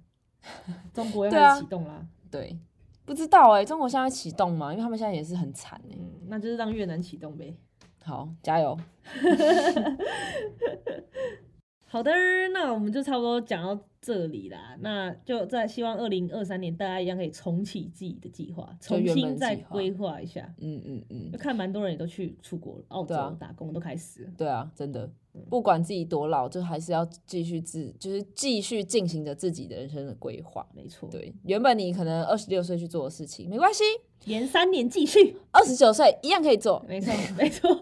中 [laughs] 国要对啊开始启动啦，对，不知道哎、中国现在启动吗？因为他们现在也是很惨哎、嗯，那就是让越南启动呗。好，加油。好的，那我们就差不多讲到这里啦。那就再希望二零二三年大家一样可以重启自己的计划，就重原本新计再划规划一下。嗯嗯嗯就，看蛮多人也都去出国了，澳对啊洲打工都开始了。对啊，真的，不管自己多老，就还是要继续自，就是继续进行着自己的人生的规划。没错，对，原本你可能二十六岁去做的事情，没关系，连三年继续， [laughs] 二十九岁一样可以做。没 [laughs] 错，没错， [laughs]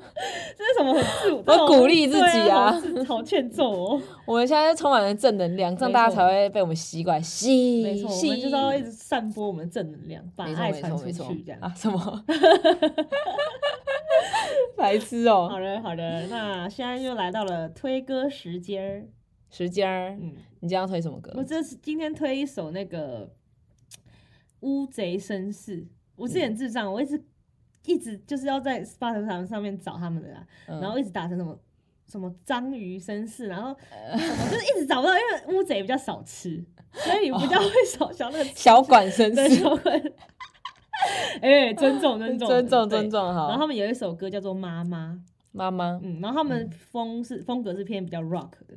这是什么很自我？我鼓励自己啊对啊，好自好欠揍 [laughs] 哦。我们现在充满了正能量，这样大家没错才会被我们吸过来，吸没错，我吸，们就是要一直散播我们的正能量，把没爱错没传错出没错去，这样。啊 [laughs] 什么？白痴哦、好的，好的，那现在又来到了推歌时间儿。时间儿，嗯，你今天要推什么歌？我这次今天推一首那个《乌贼绅士》，我嗯之前智障，我一直一直就是要在 Spotify 上面找他们的啦，嗯然后一直打成什么什么章鱼绅士，然后呃我就是一直找不到，因为乌贼比较少吃，所以比哦较会少少那个吃小管绅对士，小鬼。哎、尊重尊重尊重对尊重然后好，他们有一首歌叫做《妈妈》，妈妈嗯，然后他们风是、风格是偏比较 rock 的，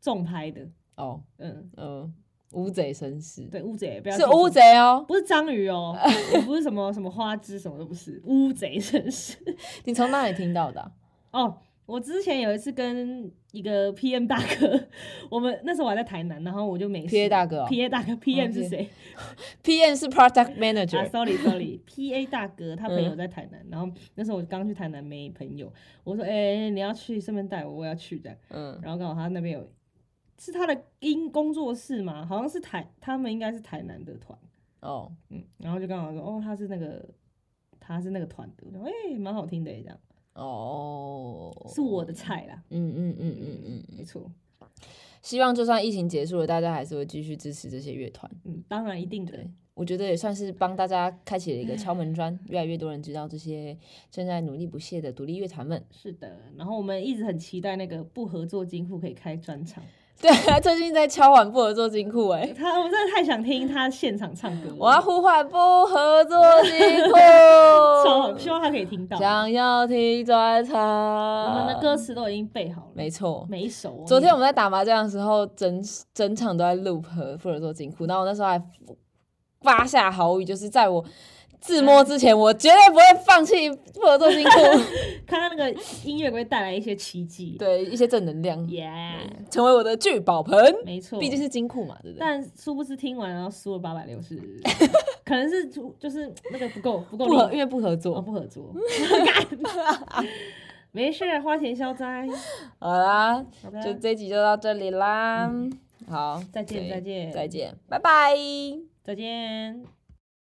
重拍的，哦，嗯，嗯，乌贼绅士，对，乌贼不要是记错乌贼哦。不是章鱼 [laughs] 哦，也不是什么什么花枝，什么都不是，乌贼绅士。你从哪里听到的 [laughs] 啊、哦，我之前有一次跟一个 PM 大哥，我们那时候我还在台南，然后我就没事 PA 大哥哦 PA 大哥 PM 是谁、 p n 是嗯 Product 啊 Manager，、 ？Sorry Sorry，PA 大哥他朋友在台南，然后那时候我刚去台南没朋友，我说哎、你要去顺便带我，我也要去这样，嗯，然后刚好他那边有。是他的音工作室嘛？好像是台，他们应该是台南的团，哦，嗯，然后就刚好说，哦，他是那个，他是那个团的，我说，哎、蛮好听的耶，这样哦，是我的菜啦，嗯嗯嗯嗯嗯，没错，希望就算疫情结束了，大家还是会继续支持这些乐团。嗯，当然一定的对，我觉得也算是帮大家开启了一个敲门砖，越来越多人知道这些正在努力不懈的独立乐团们。 [laughs] 是的。然后我们一直很期待那个不合作金库可以开专场，对，他最近在敲碗不合作金库哎，他我真的太想听他现场唱歌了，我要呼唤不合作金库 [laughs] 超希望他可以听到。想要听专场，我我们的歌词都已经背好了，没错。每一首哦。昨天我们在打麻将的时候，整整场都在 loop 和富尔做金库，然后我那时候还发下豪语，就是在我自摸之前，我绝对不会放弃富尔做金 [laughs] 库，看他那个音乐会带来一些奇迹。对一些正能量， ，Yeah，成为我的聚宝盆，没错，毕竟是金库嘛，对嗯不对？但殊不知听完然后输了八百六 [laughs] 十，可能是就就是那个不够不够不合，力因为不合哦作。不合作， [laughs] 没事，花钱消灾。好啦，好的，就这集就到这里啦，好，嗯再见对再见再见，拜拜。再见。